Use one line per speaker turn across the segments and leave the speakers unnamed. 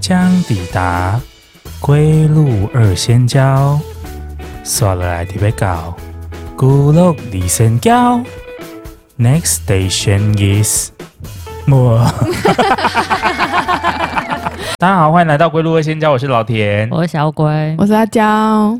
将抵达归路二仙交，刷落来就要到孤路二仙交。Next station is 我。 大家好，欢迎来到归路二仙交，我是老田。
我是小鬼，
我是阿娇。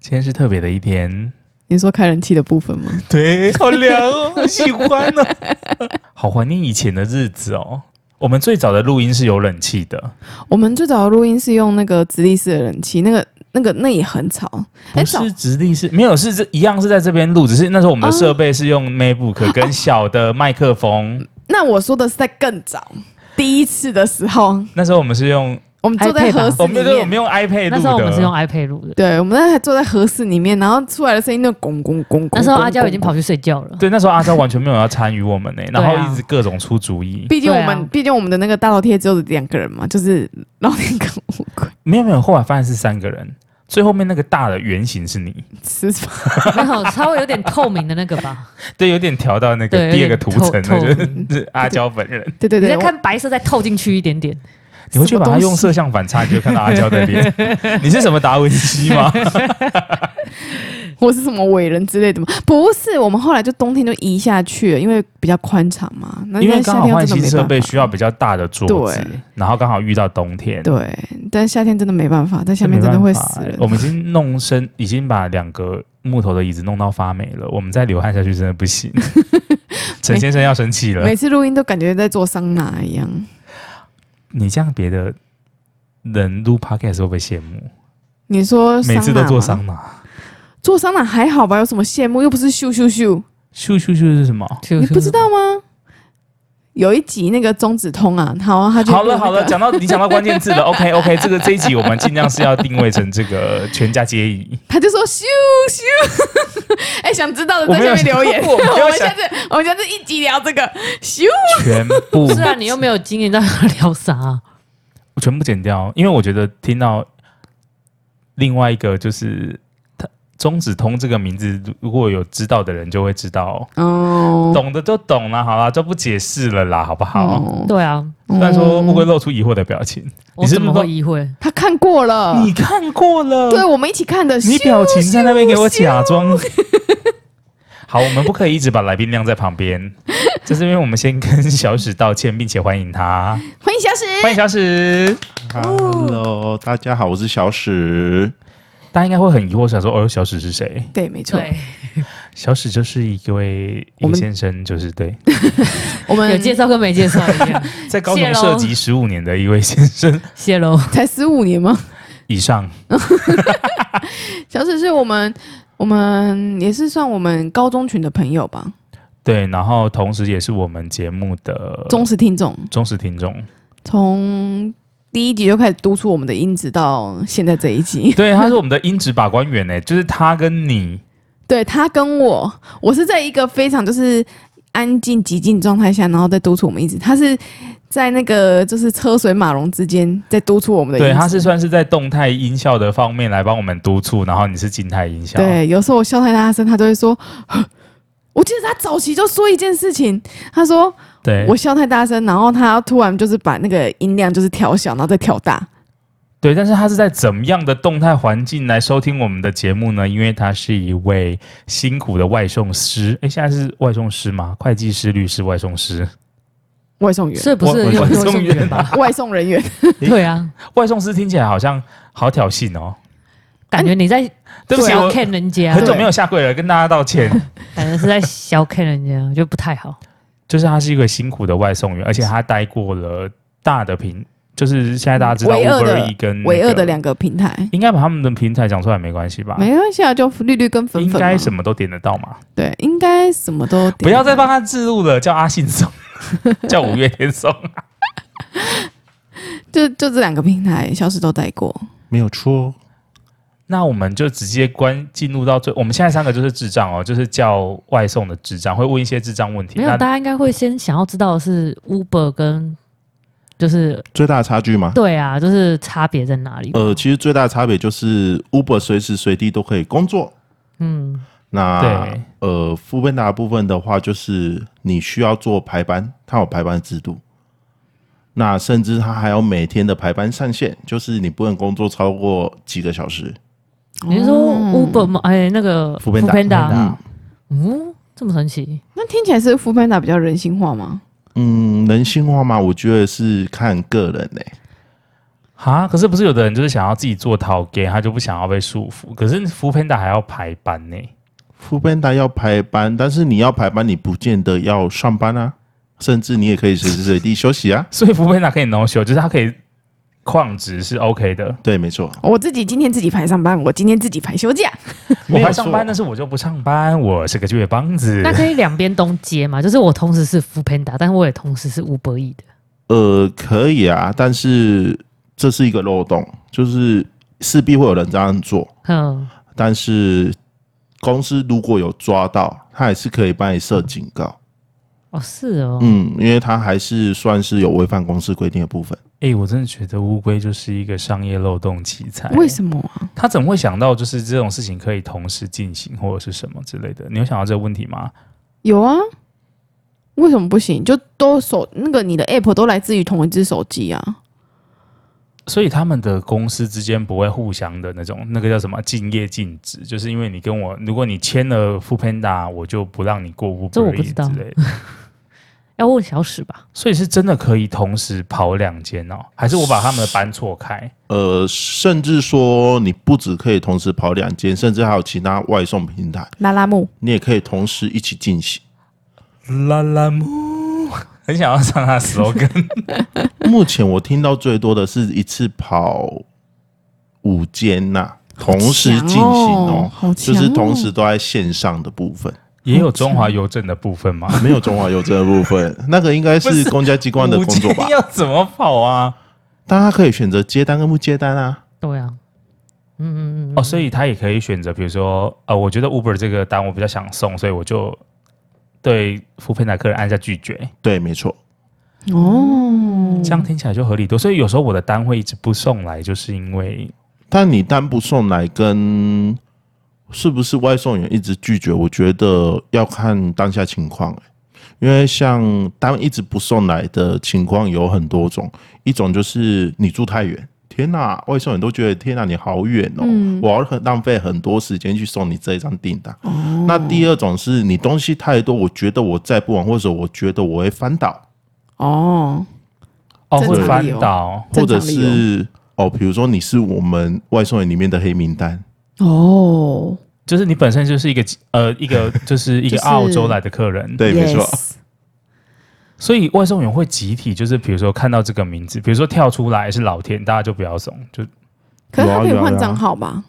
今天是特别的一天，
你说开冷气的部分吗？
对，好凉哦，好喜欢哦， 好怀念以前的日子哦。我们最早的录音是有冷气的，
我们最早的录音是用那个直立式的冷气，那个、那个、那也很吵，
不
哎
很吵
是直立式，没有是这一样是在这边录，只是那时候我
哦
们的设备是用 MacBook 跟小的麦克风，
那我说的是在更早，第一次的时候，
那时候我们是用，
我们坐在
iPad 吧
合适
我
里
们对我们
面，
用 iPad 录的，
那时候我们是用 iPad 录的，
对，我们那坐在合适里面，然后出来的声音就拱拱拱拱。
那时候阿娇已经
拱，
跑去睡觉了。
对，那时候阿娇完全没有要参与我们 呢、然
啊
后一直各种出主意，
毕竟我
对啊
们毕竟我们的那个大楼贴只有两个人嘛，就是老天跟乌龟
没有没有，后来发现是三个人，最后面那个大的圆形是你，
吃饭，
没有稍微有点透明的那个吧？
对，有点调到那
对，
个第二个
有
图
点透
层
透
的，就是
明
是阿娇本人，
对对
你再
对，我
看白色再透进去一点点，
你会去把它
什么东
用
西
摄像反差，你就看到阿娇的脸，你是什么达文西 吗？
哦
或是什么伟人之类的吗？不是，我们后来就冬天就移下去了，因为比较宽敞嘛。那
因为
那夏
刚好
天
换
真
新
的没
设
办
备
法
需要比较大的桌子
对，
然后刚好遇到冬天，
对，但夏天真的没办法，在下面真的会死
这没办
人
法。我们已经弄生，已经把两个木头的椅子弄到发霉了，我们再流汗下去真的不 行。陈先生要生气了
每，次录音都感觉在做桑拿一样。
你这样别的人录 podcast 会不会羡慕？
你说
每次都做
桑拿吗，
桑拿，
做桑拿还好吧？有什么羡慕？又不是咻咻咻，
咻咻咻是什么？
你
你
不知道吗？有一集那个中指通啊，好啊，他就
好
录
了
那
好了，
个
讲到你讲到关键字了，OK OK，这个这一集我们尽量是要定位成这个全家皆 宜。
他就说咻咻。 哎、想知道的
我
在
没有
下面留言。
我没有
们
想
下次我们下次一集聊这个咻。
全部
是啊，你又没有经验，那聊啥 啊？
我全部剪掉，因为我觉得听到另外一个就是他中指通这个名字，如如果有知道的人就会知道，
哦，
懂的都懂啦，好啦，就不解释了啦，好不好？
哦，
对啊，
虽然说乌龟露出疑惑的表情，
我
是
怎
不是
么
不
会疑会？
他看过了，
你看过
嗯对
了，
我们一起看的。
你
咻
表情在那边给我假装。 好，我们不可以一直把来宾晾在旁 边，这是因为我们先跟小史道歉，并且欢迎他，
欢迎小史，
欢迎小史。
啊 Hello，大家好，我是小史。
大家应该会很疑惑，想说哦，小史是谁？
对，没错，
对，
小史就是一位一
我
个
们
先生，就是对，嗯
我们
有介绍跟没介绍一样，
在高
谢
雄
咯
涉及十五年的一位先生
谢喽。
才十五年吗？
以上。
小史是我们，我们也是算我们高中群的朋友吧，
对，然后同时也是我们节目的
忠实听众，
忠实听众。
从第一集就开始督促我们的音质到现在这一 集。
对，他是我们的音质把关员呢，欸就是他跟你，
对他跟我，我是在一个非常就是安静极静状态下，然后再督促我们音质，他是在那个就是车水马龙之间在督促我们的音
对，
质。
他是算是在动态音效的方面来帮我们督促，然后你是静态音效。
对，有时候我笑太大声，他就会说。 我记得他早期就说一件事情，他说
对，
我笑太大声，然后他突然就是把那个音量就是调小，然后再调大。
对，但是他是在怎么样的动态环境来收听我们的节目呢？因为他是一位辛苦的外送师，哎，现在是外送师吗？会计师、律师、外送师。
外送员，
是不是
我哎
有
我
有
送
送
人
员吧？
外送人员，
对啊，
外送师听起来好像好挑衅哦。
感觉你在
对不起，
啊
小
我
看人家
很，久没有下跪了，跟大家道歉。
感觉是在小看人家，我觉得不太好。
就是他是一个辛苦的外送员，而且他待过了大的平，就是现在大家知道
唯二的
Uber E 跟那个
唯二的，两个平台，
应该把他们的平台讲出来没关系吧？
没关系啊，就绿绿跟粉
应
粉嘛。
该什么都点得到嘛。
对，应该什么都
不要再帮他自录了，叫阿信送， 叫五月天送。
就就这两个平台，小史都带过。
没有错，
那我们就直接关进入到最，我们现在三个就是智障哦，就是叫外送的智障，会问一些智障问题。
没有，
那
大家应该会先想要知道的是 Uber 跟就是
最大的差距吗？
对啊，就是差别在哪里？
呃，其实最大的差别就是 Uber 随时随地都可以工作。
嗯，
那
对
呃，富贝达的部分的话，就是你需要做排班，它有排班制度。那甚至它还有每天的排班上限，就是你不能工作超过几个小时。
你是说 Uber 吗？哎，那个
Foodpanda
Foodpanda
嗯
嗯，这么神奇？
那听起来是 f o o 比较人性化吗？
嗯，人性化吗？我觉得是看个人嘞、
哈，可是不是有的人就是想要自己做陶 g 他就不想要被束缚。可是福 Panda 还要排班呢、
副班达要排班，但是你要排班，你不见得要上班啊，甚至你也可以随时随地休息啊。
所以福 Panda 可以 no show，就是他可以旷职是 OK 的。
对，没错，
我自己今天自己排上班，我今天自己排休假。
我
没有
还上班，
错
但是我就不上班，我是个月帮子
那。可以两边都接嘛？就是我同时是 Foodpanda，但我也同时是 Uber E 的。
呃，可以啊，但是这是一个漏洞，就是势必会有人这样做，
嗯，
但是公司如果有抓到，他也是可以帮你设警告。
哦，是哦，
嗯，因为他还是算是有违反公司规定的部分。
哎、我真的觉得乌龟就是一个商业漏洞奇才。
为什么啊？
他怎么会想到就是这种事情可以同时进行，或者是什么之类的？你有想到这个问题吗？
有啊，为什么不行？就都手那个你的 app 都来自于同一只手机啊。
所以他们的公司之间不会互相的那种，那个叫什么竞业禁止，就是因为你跟我，如果你签了 f o o Panda，我就不让你过 Uber
这我不知道
Eats 之类的，
要问小史吧。
所以是真的可以同时跑两间哦，还是我把他们的班错开？
呃，甚至说你不只可以同时跑两间，甚至还有其他外送平台，
拉拉木，
你也可以同时一起进行。
啦啦木，很想要唱他 slogan，
目前我听到最多的是一次跑五间呐、同时进行
强
哦，
好
就
强、哦，
是同时都在线上的部分，啊
也有中华邮政的部分吗？
没有中华邮政的部分， 那个应该
不
是
是
公家机关的工作吧
五间？要怎么跑啊？
但他可以选择接单跟不接单啊。
对啊，嗯嗯嗯，
哦，所以他也可以选择，比如说，呃，我觉得 Uber 这个单我比较想送，所以我就对 f o o Panda 客人按下拒绝。
对，没错，
哦，
这样听起来就合理多。所以有时候我的单会一直不送来，就是因为
但你单不送来跟是不是外送员一直拒绝，我觉得要看当下情况、欸因为像单一直不送来的情况有很多种，一种就是你住太远，天哪、外送员都觉得天哪、你好远哦、
嗯
我要很浪费很多时间去送你这一张订单。
哦
那第二种是你东西太多，我觉得我再不玩，或者我觉得我会翻倒，
哦，
哦
正常
会翻
理由
倒，
或
正
者
常理由
是哦，比如说你是我们外送员里面的黑名单，
哦，
就是你本身就是一个呃一个就是一个
就是
澳洲来的客人，
对，没错。
Yes
所以外送员会集体就是比如说看到这个名字，比如说跳出来是老天，大家就不要送，就
可是他可以
有啊有啊
换
有啊
账号吧？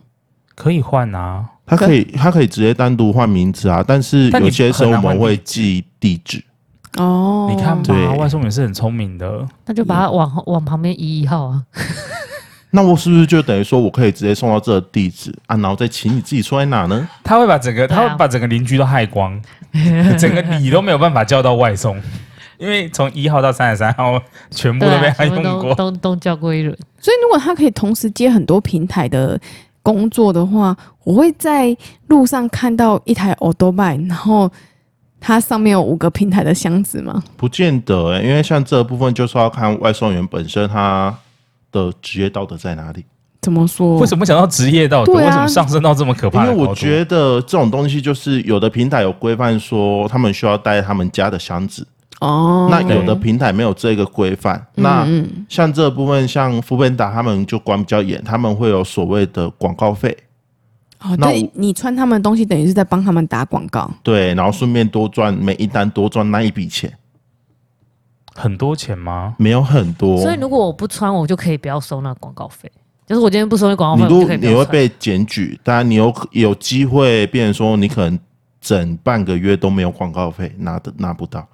可以换啊。
他可以，他可以直接单独换名字啊，但是
但你
有些时候我
很难
们
换地
会
址
记地址，
哦，
你看吧，
对
外送员是很聪明的，
那就把它往后往旁边移一号啊。
那我是不是就等于说我可以直接送到这个地址啊，然后再请你自己出来拿呢？
他会把整个、
对啊
他会把整个邻居都害光， 整个你都没有办法叫到外送。因为从一号到三十三号，全部
对
都被
啊，
他
什么
用
都
过。
都都叫过一轮。
所以如果他可以同时接很多平台的工作的话，我会在路上看到一台 o d o b i 然后它上面有五个平台的箱子嘛。
不见得、欸，因为像这部分就是要看外送员本身他的职业道德在哪里。
怎么说？
为什么想到职业道德？
对啊
为什么上升到这么可
因
怕的
为
高度？
我觉得这种东西就是有的平台有规范说他们需要带他们家的箱子，
么？哦，
那有的平台没有这个规范。那
嗯嗯
像这部分，像福本达他们就管比较严，他们会有所谓的广告费。
哦，
那
对
我，
你穿他们的东西，等于是在帮他们打广告。
对，然后顺便多赚每一单多赚那一笔钱，
很多钱吗？
没有很多。
所以如果我不穿，我就可以不要收那广告费。就是我今天不收那广告
你
费，
如
我就
果
可以不
你会
要穿。
被检举，当然你有有机会，变成说你可能整半个月都没有广告费拿的拿不到，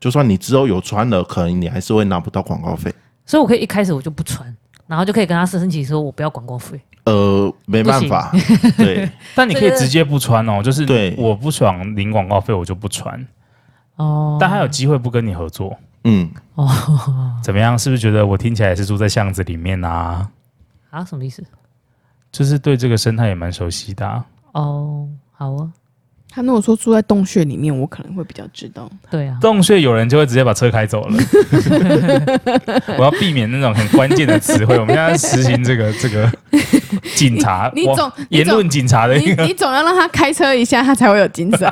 就算你之后有穿了，可能你还是会拿不到广告费。
所以我可以一开始我就不穿，然后就可以跟他申请说我不要广告费。
呃，没办 法，对，
但你可以直接不穿哦，就是
对
我不爽领广告费，我就不穿。
哦，
但他有机会不跟你合作，
嗯，
怎么样？是不是觉得我听起来是住在巷子里面啊？
啊什么意思？
就是对这个生态也蛮熟悉的啊、
哦，好啊，
他如果说住在洞穴里面，我可能会比较知道。
对啊，
洞穴有人就会直接把车开走 了。我要避免那种很关键的词汇。我们现在实行这 个这个警察，
你
哇
总你
言
总
论警察的一
你
个
你总要让他开车一下，他才会有精神。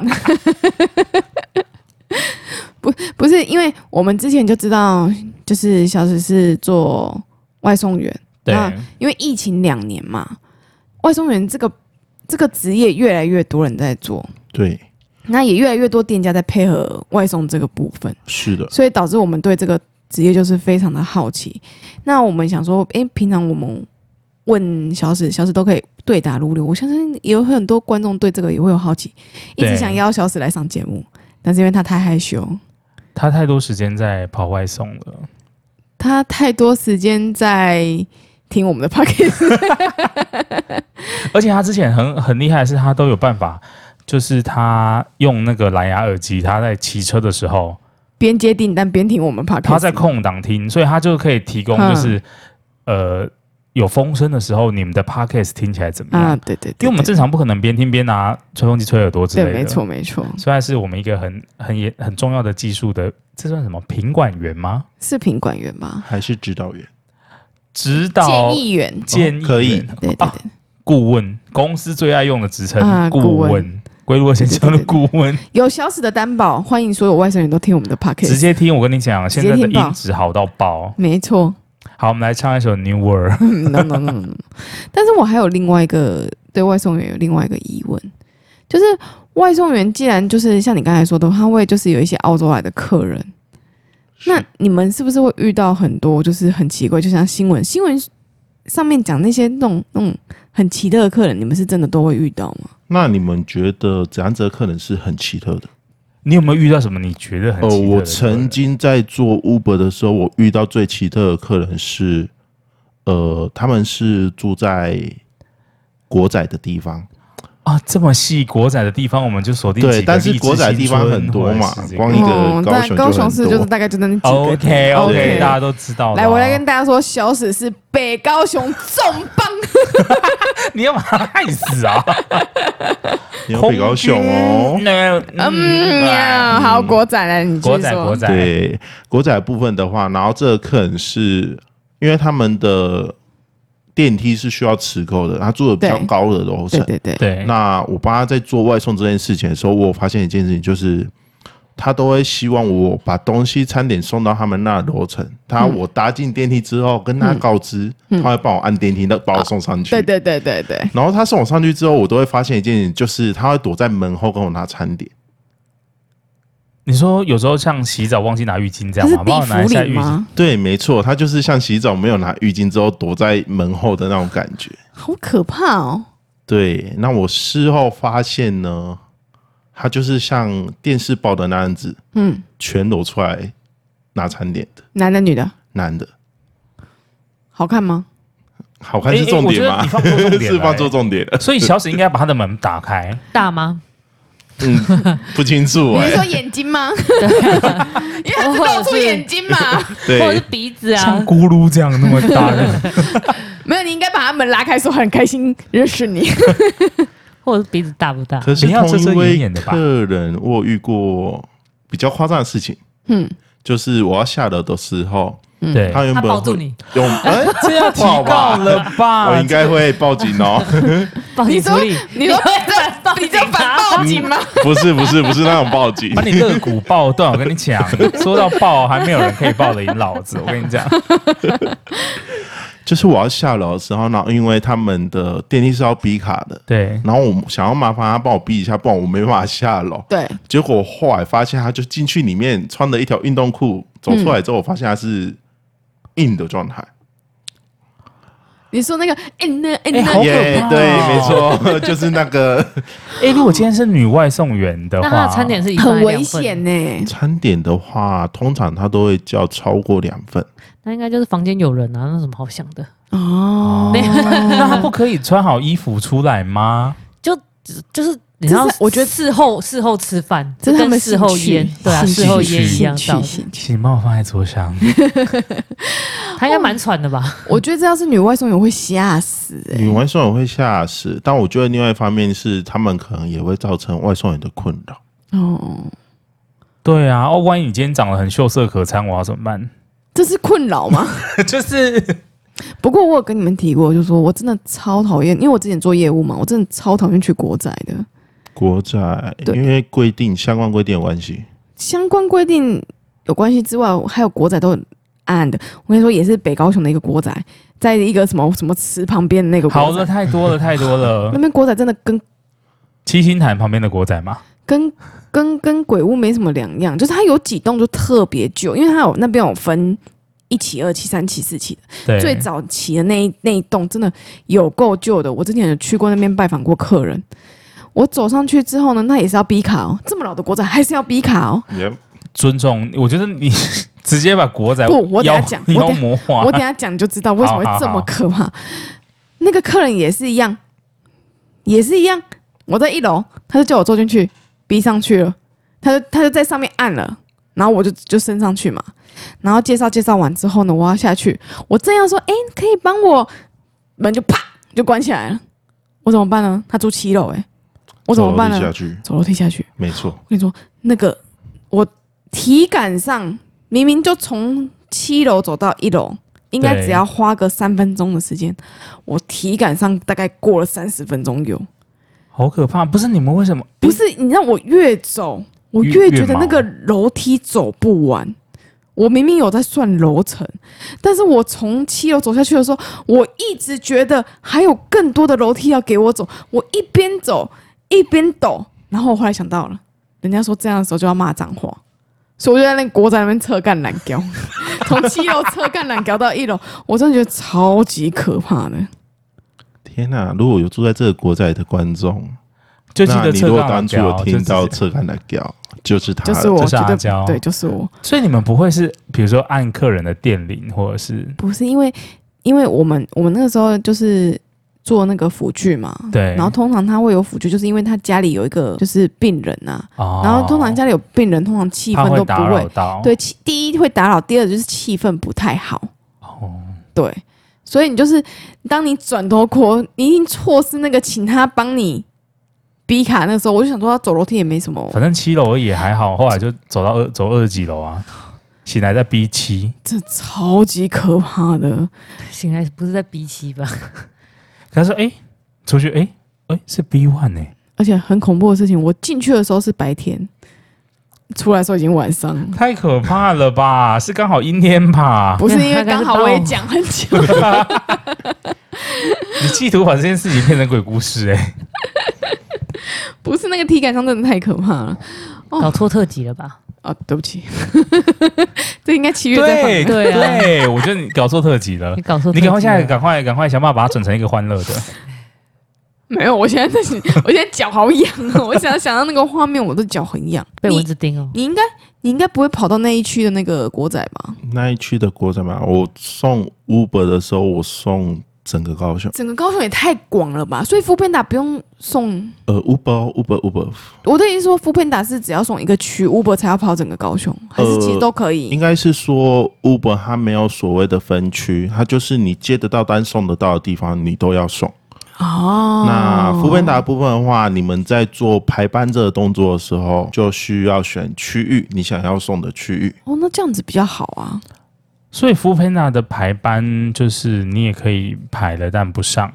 不不是，因为我们之前就知道，就是小史是做外送员，
对
啊因为疫情两年嘛，外送员这个这个职业越来越多人在做，
对，
那也越来越多店家在配合外送这个部分，
是的，
所以导致我们对这个职业就是非常的好奇。那我们想说，诶，平常我们问小史，小史都可以对答如流，我相信也有很多观众对这个也会有好奇，一
对
直想邀小史来上节目，但是因为他太害羞，
他太多时间在跑外送了。
他太多时间在听我们的 p o c k e t
而且他之前很很厉害，是他都有办法，就是他用那个蓝牙耳机，他在骑车的时候，
边接订单边听我们 p o c k e t
他在空档听，所以他就可以提
嗯
供就是、呃有风声的时候，你们的 podcast 听起来怎么样？
啊，对对
因
对
为我们
对
正常不可能边听边拿吹风机吹耳朵之类
对，
的，
没错。没错，
虽然是我们一个很很也很重要的技术的，这算什么品管员吗？
是品管员吧？
还是指导员，
指导
建议员，
建议
可以
员
对对
啊
对，
顾问，公司最爱用的职称，
啊
顾
顾问
问。归路先生的
对对对
顾问，
有小史的担保，欢迎所有外省人都听我们的 p o c k e
直
t
接听我跟你讲，
直
现
接
在的
听吧
音质好到爆。
没错。
好，我们来唱一首《New World》。
no no no no no。但是我还有另外一个对外送员有另外一个疑问，就是外送员既然就是像你刚才说的，他会就是有一些澳洲来的客人，那你们是不是会遇到很多就是很奇怪，就像新闻新闻上面讲那些那种那种很奇特的客人，你们是真的都会遇到吗？
那你们觉得怎样子的客人是很奇特的？
你有没有遇到什么你觉得很奇特的客
呃，
人？
我曾经在做 Uber 的时候，我遇到最奇特的客人是，呃，他们是住在国仔的地方，
啊，这么细国仔的地方，我们就锁定
对，
几个
但是
励志
国仔
青
地方
春
很多
或者
嘛
是这个
光一个
哦，
高
但
雄就
高
很
雄市
多
就是大概就那几个
OK OK，
OK
大家都知道的啊。
来，我来跟大家说，小史是北高雄重磅
你要把他害死啊！
你有北高雄哦。
那
嗯呀，好，国仔来，你继
国
续
仔
说
国。仔，
对国仔的部分的话，然后这个客人是因为他们的电梯是需要磁扣的，他住的比较
对
高的楼层
对，对对，
对，
那我帮他在做外送这件事情的时候，我有发现一件事情，就是他都会希望我把东西餐点送到他们那楼层。他
嗯
我搭进电梯之后，跟他告知，他会帮我按电梯，那把我送上去。
对。对对对对，
然后他送我上去之后，我都会发现一件事情，就是他会躲在门后跟我拿餐点。
你说有时候像洗澡忘记拿浴巾这
他
样
是
嘛，帮我拿一
地
下
府里
浴巾。
吗？
对，没错，他就是像洗澡没有拿浴巾之后躲在门后的那种感觉。
好可怕哦！
对，那我事后发现呢，他就是像电视报的那样子，
嗯，
全裸出来拿餐点的
男的女的，
男的。
好看吗？
好看是重点吗？
诶诶我觉得你放错重点了
是放错重点 了，
所以小史应该把他的门打开，
大吗？
嗯，不清楚
你
哎、
是说眼睛 吗？因为他是露出眼睛嘛，
或者是
对，
鼻子啊
像？咕噜这样那么大的。
没有，你应该把他门拉开，说很开心认识你。
或者是鼻子大不大？
可是
你要遮
同一
遮掩
位
掩的吧
客人，我有遇过比较夸张的事情，
嗯，
就是我要下楼的时候，
对，
他原
他
本
抱住
会
你，
用，哎、
这要提告了啊吧？
我应该会报警 哦，
报警
你
处
说，
理。
你说这，你这反报警吗？
不是不是不是那种报警
把，你肋骨爆断，我跟你 讲，说到爆还没有人可以爆得赢老子，我跟你讲，
就是我要下楼的时候，然后因为他们的电梯是要逼卡的，
对，
然后我想要麻烦他帮我逼一下，不然我没办法下楼。
对，
结果后来发现，他就进去里面穿了一条运动裤，走出来之后，我发现他是硬的状态。
你说那个，哎那哎
哎好
那，
可
耶
怕哦
对，没错， 就是那个
哎、如果今天是女外送员的
那
话，
他的餐点是一份还
很
是
危
两份
险，呢。
餐点的话，通常他都会叫超过两份。
那应该就是房间有人啊，那有什么好想的？啊
哦
那他不可以穿好衣服出来吗？
就只就是你知道
这是，我觉得
事后事后吃饭，
这是他们
跟事后
兴趣
烟，对啊，
兴趣
事后烟一样
兴
道
趣
理。
兴趣
请帮我放在桌上。
他应
哦
该蛮喘的吧？
我觉得这要是女外送员会吓死哎、
女外送员会吓死，但我觉得另外一方面是，他们可能也会造成外送员的困扰。
哦，
对啊，哦，万一你今天长得很秀色可餐，我要怎么办？
这是困扰吗？
就是
不过我有跟你们提过，就说我真的超讨厌，因为我之前做业务嘛，我真的超讨厌去国宅的。
国债
对
因为规定相关规定有关系，
相关规定有关系之外，还有国仔都很暗暗的。我跟你说，也是北高雄的一个国仔，在一个什么什么池旁边的那 个
好
国
的
仔，
太多了，太多
那
了。
边国仔真的跟
七星潭旁边的国仔嘛，
跟跟跟鬼屋没什么两样，就是它有几栋就特别旧，因为它有那边有分。一期、二期、三期、四期的，
对，
最早期的那一那一栋真的有够旧的。我之前有去过那边拜访过客人，我走上去之后呢，那也是要逼卡哦。这么老的国仔还是要逼卡哦。
也
尊重。我觉得你 直接把国仔
不我等
妖
下讲我
妖
等下
魔化
我，等一下讲就知道为什么会这么可怕。那个客人也是一样，也是一样。我在一楼，他就叫我坐进去，逼上去了，他就他就在上面按了，然后我就就升上去嘛。然后介绍介绍完之后呢，我要下去，我正要说，哎、可以帮我，门就啪就关起来了，我怎么办呢？他住七楼，哎，我怎么办
走楼梯下
呢？
去，
走楼梯下去。
没错，
我跟你说，那个我体感上明明就从七楼走到一楼，应该
对
只要花个三分钟的时间，我体感上大概过了三十分钟有。
好可怕！不是你们为什么？
不是，你让我越走，我
越
越觉得那个楼梯走不完。我明明有在算楼层，但是我从七楼走下去的时候，我一直觉得还有更多的楼梯要给我走。我一边走一边抖，然后我后来想到了，人家说这样的时候就要骂脏话，所以我就在那个国仔那边侧干懒 胶，从七楼侧干懒胶到一楼，我真的觉得超级可怕的。
天哪、如果有住在这个国债的观众，
就记
那
得
你
侧
如果
杠
当初有听到
就直接
侧杆的叫，就是他
就
了，
是我，
啊这是
绝
阿
对
娇
对，就是我。
所以你们不会是比如说按客人的电铃，或者是
不是因为，因为我们我们那个时候就是做那个辅具嘛，
对
然后通常他会有辅具，就是因为他家里有一个就是病人啊，
哦，
然后通常家里有病人，通常气
怕
氛
会
都不
打
会
扰到，
对，气第一会打扰，第二就是气氛不太好，
哦，
对，所以你就是当你转头过，你已经错失那个请他帮你逼卡那时候，我就想说他走楼梯也没什么，
反正七楼也还好，后来就走到二走二十几楼啊，醒来在 B 七。
这超级可怕的，
醒来不是在 B 七吧？
他说：“哎、出去，哎、哎、是 B one 呢、
而且很恐怖的事情，我进去的时候是白天。出来的时候已经晚上 了，
太可怕了吧？是刚好阴天吧？
不是
没有
因为
他刚
刚好
到
我也讲很 久，
你企图把这件事情变成鬼故事、哎，
不是那个体感上真的太可怕了哦
搞错特辑了吧？
啊！对不起， 这应该七月再
对
放。
对啊
对，我觉得你搞错特辑了
你。搞错特
哦你
辑了，
赶快下来，赶快赶快想办法把它转成一个欢乐的。
没有，我现在在想，我现在脚好痒啊！我想想到那个画面，我的脚很痒。
被蚊
你
子叮哦。
你应该你应该不会跑到那一区的那个国仔吧？
那一区的国债嘛。我送 Uber 的时候，我送整个高雄，
整个高雄也太广了吧？所以富片打不用送，
呃，Uber 哦 Uber Uber，
我的意思说富片打是只要送一个区，Uber 才要跑整个高雄，还是其实都可以？
呃应该是说 Uber 它没有所谓的分区，它就是你接得到单、送得到的地方，你都要送。
哦，
那福本达部分的话，你们在做排班这个动作的时候，就需要选区域，你想要送的区域。
哦，那这样子比较好啊。
所以 f o o p a n a 的排班就是你也可以排了，但不上。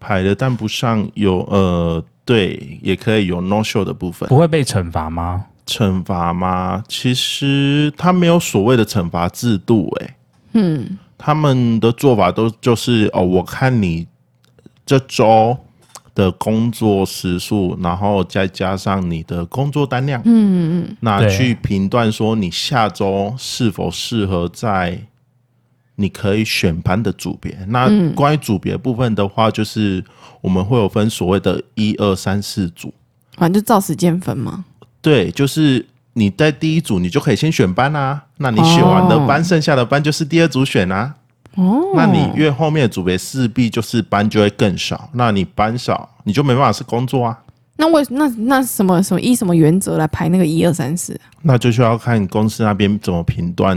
排的但不上有呃，对，也可以有 no show 的部分。
不会被惩罚吗？
惩罚吗？其实他没有所谓的惩罚制度、欸，
嗯，
他们的做法都就是哦，我看你这周的工作时数，然后再加上你的工作单量，嗯嗯，那
对
去评断说你下周是否适合在你可以选班的组别。那关于组别部分的话，就是我们会有分所谓的一二三四组，
反正就照时间分嘛。
对，就是。你在第一组，你就可以先选班啊。那你选完的班，剩下的班就是第二组选啊。
哦，
那你越后面的组别势必就是班就会更少，那你班少你就没办法是工作啊，
那为那那什么什么依什么原则来排那个一二三四？
那就需要看公司那边怎么评断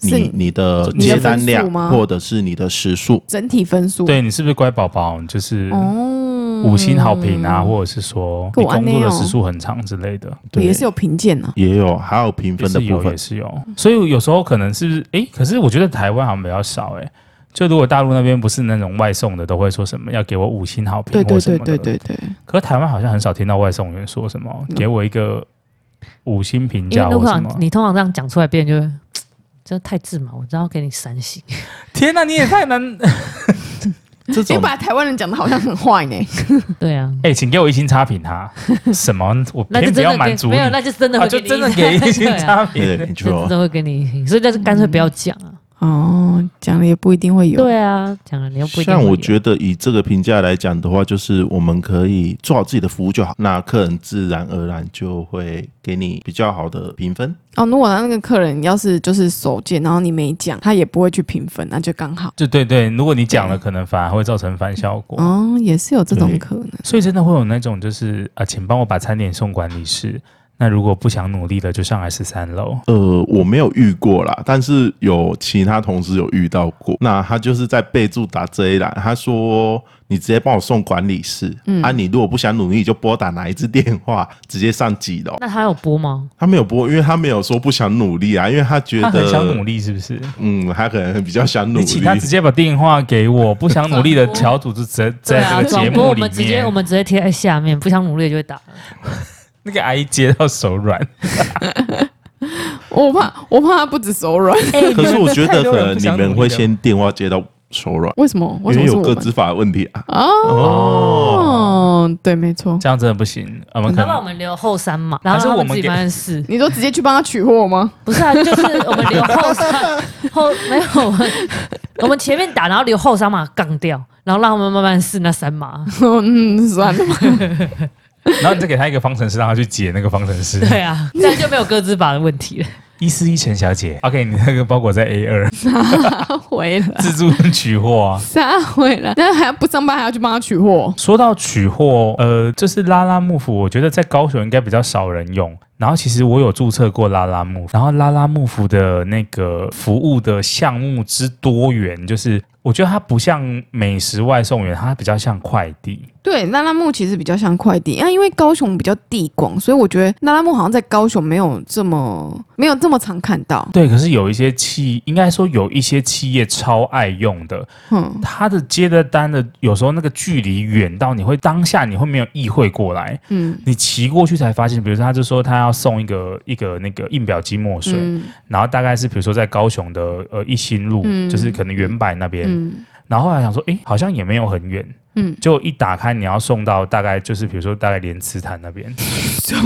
是
你你的
你的
接单
分
量
数吗
或者是你的时数。
整体分数
对你是不是乖宝宝？你就是
哦，
五星好评啊，或者是说
跟
你
我安
工
内
作
哦
的时数很长之类的，
对
也是有评鉴啊呢。
也有，还有评
也
分
是
的部
有
分
也，是有。所以有时候可能是不是？诶，可是我觉得台湾好像比较少诶。就如果大陆那边不是那种外送的，都会说什么要给我五星好评
对
或
对
什
对
么的。
对嗯对对，
可是台湾好像很少听到外送员说什么给我一个五星评
因
价
为如
或
果
什么。
你通常这样讲出来，别人就会真的太自满，我只要给你三 星。
天哪、你也太难！
这
你
种
把台湾人讲的好像很坏呢。
对啊，
哎、请给我一星差评他、什么？我
那就
偏不
真
要
的
满
给
足你，
没有，那就真的
啊，
会
就真的
一
给一星
对啊
差评。
对，没
就真
错，
的会给你一星，所以那就干脆不要讲啊。
哦，讲了也不一定会有。
对啊，讲了你又不一定
像
会
我
有
觉得以这个评价来讲的话，就是我们可以做好自己的服务就好，那客人自然而然就会给你比较好的评分。
哦，如果那个客人要是就是手贱，然后你没讲，他也不会去评分，那就刚好。
就对对，如果你讲了，可能反而会造成反效
嗯
果。
哦，也是有这种
对
可能。
所以真的会有那种就是啊、呃请帮我把餐点送管理室。那如果不想努力的，就上来十三楼。
呃，我没有遇过啦，但是有其他同事有遇到过。那他就是在备注打这一栏，他说你直接帮我送管理室，
嗯
啊，你如果不想努力，就拨打哪一支电话，直接上几楼。
那他有播吗？
他没有拨，因为他没有说不想努力啊，因为他觉
他
得
很想努力，是不是？
嗯，他可能比较想努
你
力。
请他直接把电话给我，不想努力 的小组就在
对
在这个
啊，
节
转播
目
我
里
们直接我
面，
们直接贴在下面，不想努力就会打。
那个阿姨接到手软。
我怕我怕他不止手软，
可是我觉
太
得
多
可
人
能
不
你
想努
们
力了
会先电话接到手软，
为什么？为什
因为
么是
有
我
个
们？
执法的问题啊。
哦
啊
哦，
哦，对，没错。
这样真的不行。我们可
他帮我
能
们留后三嘛，然
嗯
后
还是
让
我们
他们自己
给
慢慢试。
你说直接去帮他取货吗？
不是啊，就是我们留后 三后没有我们我们前面打，然后留后三码杠掉，然后让他们慢慢试那三码。
嗯，算了。
然后你再给他一个方程式，让他去解那个方程 式。
对啊，这样就没有各自法的问题了。
一四一陈小姐，OK，你那个包裹在 A 二
回了，
自助取货啊。
撒回了，但是还要不上班还要去帮他取货。
说到取货，呃，就是拉拉木服，我觉得在高雄应该比较少人用。然后其实我有注册过拉拉木，然后拉拉木服的那个服务的项目之多元，就是我觉得它不像美食外送员，它比较像快递。
对，拉拉木其实比较像快递，啊，因为高雄比较地广，所以我觉得拉拉木好像在高雄没有这么没有这么常看到。
对，可是有一些企，应该说有一些企业超爱用的，
嗯，
它的接的单的有时候那个距离远到你会当下你会没有意会过来，
嗯
你骑过去才发现，比如说他就说他要送一个一个那个印表机墨水，
嗯
然后大概是比如说在高雄的呃一心路，
嗯
就是可能原版那边，
嗯
然后后来想说，诶，好像也没有很远，
嗯，
就一打开你要送到大概就是比如说大概莲池潭那 边，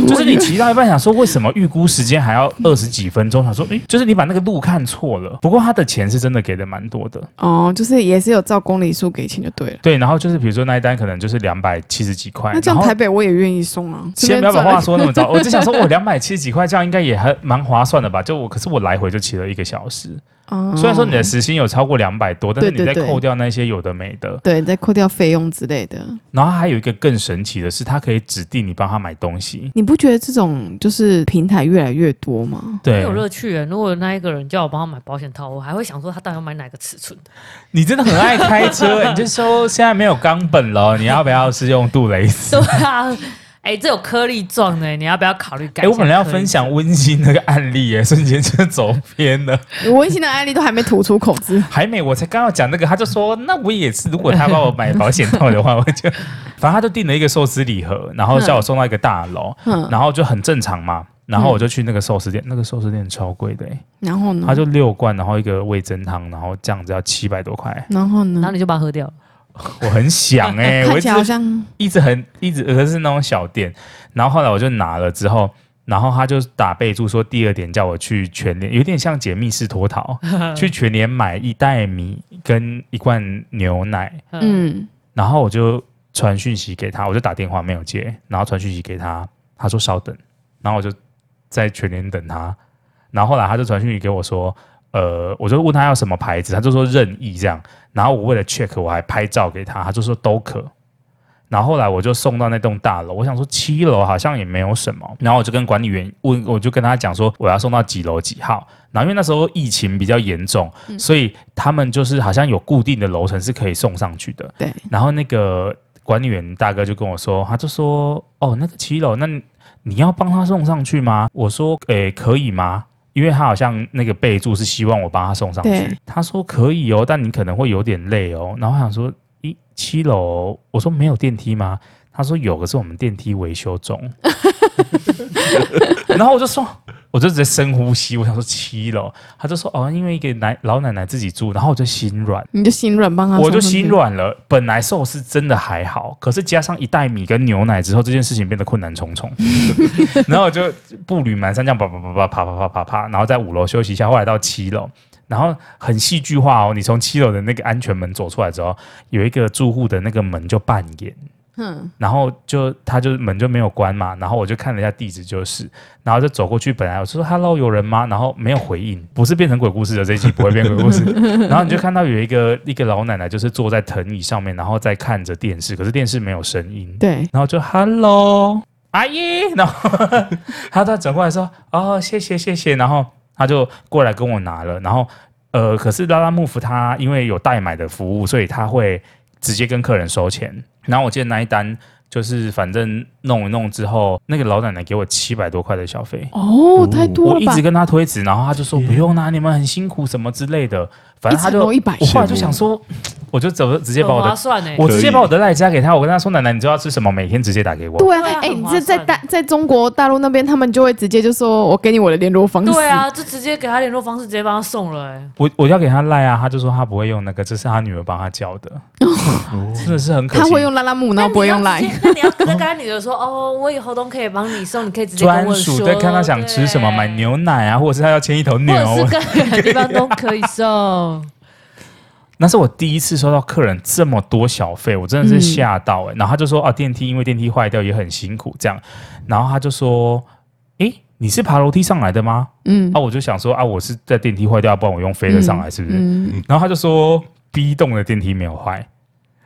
就是你骑到一半想说为什么预估时间还
嗯
要二十几分钟，想说诶，就是你把那个路看错了。不过他的钱是真的给的蛮多的，
哦，就是也是有照公里数给钱就对了。
对，然后就是比如说那一单可能就是两百七十几块，
那这样
然后
台北我也愿意送啊，
先不要把
这边
话
赚
说那么早，我只 想说，我两百七十几块，这样应该也还蛮划算的吧？就我，可是我来回就骑了一个小时。
哦
虽然说你的时薪有超过两百多，但是你
对
再
对对
扣掉那些有的没的，
对再扣掉费用之类的，
然后还有一个更神奇的是，它可以指定你帮他买东西。
你不觉得这种就是平台越来越多吗？
没
对
有，乐趣啊耶。如果那一个人叫我帮他买保险套，我还会想说他到底要买哪个尺寸的。
你真的很爱开 车，你就说现在没有冈本了，你要不要是用杜蕾斯？
对啊，哎，这有颗粒状的耶，你要不要考虑改？
哎，我本来要分享，温馨那个案例耶， 瞬间就走偏了。
我以前的案例都还没吐出口 子，
还没，我才刚要讲那个，他就说，那我也是，如果他帮我买保险套的话，我 就，反正他就订了一个寿司礼盒，然后叫我送到一个大楼，
嗯，
然后就很正常嘛。然后我就去那个寿司店，那个寿司店超贵的、欸，
然后呢？
他就六罐，然后一个味增汤，然后这样子要七百多块，
然后
然后
呢？
你就把它喝掉了。
我很想哎、我
看
一
起来好
直
像
一直很一直，可是那种小店。然后后来我就拿了之后，然后他就打备注说，第二点叫我去全联，有点像解密室脱 逃，去全联买一袋米跟一罐牛奶，
嗯，
嗯，
然后我就传讯息给他，我就打电话没有接，然后传讯息给他，他说稍等，然后我就在全联等他，然后后来他就传讯息给我说，呃，我就问他要什么牌子，他就说任意这样。然后我为了 check，我还拍照给他，他就说都可。然后后来我就送到那栋大楼，我想说七楼好像也没有什么，然后我就跟管理员问，我就跟他讲说我要送到几楼几号。然后因为那时候疫情比较严重，
嗯
所以他们就是好像有固定的楼层是可以送上去的。
对，
然后那个管理员大哥就跟我说，他就说：“哦，那个七楼，那你你要帮他送上去吗？”我说：“诶，可以吗？”因为他好像那个备注是希望我帮他送上去
对，
他说可以哦，但你可能会有点累哦。然后我想说，一七楼，我说没有电梯吗？他说有，可是我们电梯维修中。然后我就说，我就直接深呼吸，我想说七楼，他就说哦，因为一个奶老奶奶自己住，然后我就心软。
你就心软帮他，
我就心，软了。本来寿司真的还好，可是加上一袋米跟牛奶之后，这件事情变得困难重重。然后我就步履蹒跚，这样啪啪啪啪啪啪啪啪啪，然后在五楼休息一下，后来到七楼。然后很戏剧化哦，你从七楼的那个安全门走出来之后，有一个住户的那个门就半掩，
嗯，
然后就他就门就没有关嘛，然后我就看了一下地址就是，然后就走过去，本来我就说 “hello” 有人吗？然后没有回应，不是变成鬼故事的这一集不会变鬼故事。然后你就看到有一个一个老奶奶就是坐在藤椅上面，然后在看着电视，可是电视没有声音，
对，
然后就 “hello 阿姨”， 然后她再转过来说：“哦，谢谢谢谢。”然后她就过来跟我拿了，然后呃，可是拉拉木夫他因为有代买的服务，所以他会直接跟客人收钱。然后我记得那一单就是反正弄一弄之后，那个老奶奶给我七百多块的小费。
哦，太多
我
了
一
吧
直？跟她推辞，然后她就说不用啦、你们很辛苦什么之类的。反正她
一层
就，
楼100
我后来就想说，我就走，直接把我
很
的
划算哎，
我直
可
接
以
把我的赖加给他，我跟他说：“奶奶，你知道要吃什么？每天直接打给我。
对啊
对啊，
哎，
很
你
划
这在
算
大在中国大陆那边，他们就会直接就说我给你我的联络方式，
对，啊，就直接给他联络方式，直接帮他送了哎。
我”我要给他赖啊，他就说他不会用那个，这是他女儿帮他叫的， 真的是很可惜。
哦他会用拉拉木，然后不会用
那你要
line，
直接那你要跟他跟你的说，哦，我以后都可以帮你送，你可以直接跟
专
我说。
属对，看他想吃什么，
对
买，牛奶啊，或者是他要牵一头牛
或。者是各个地方都可以 送。
那是我第一次收到客人这么多小费，我真的是吓到哎、然后他就说：“啊，电梯因为电梯坏掉也很辛苦这样。”然后他就说：“诶，你是爬楼梯上来的吗？”
嗯
啊，，我就想说啊，我是在电梯坏掉，不然我用飞的上来是不是？
嗯，
然后他就说 B 栋的电梯没有坏。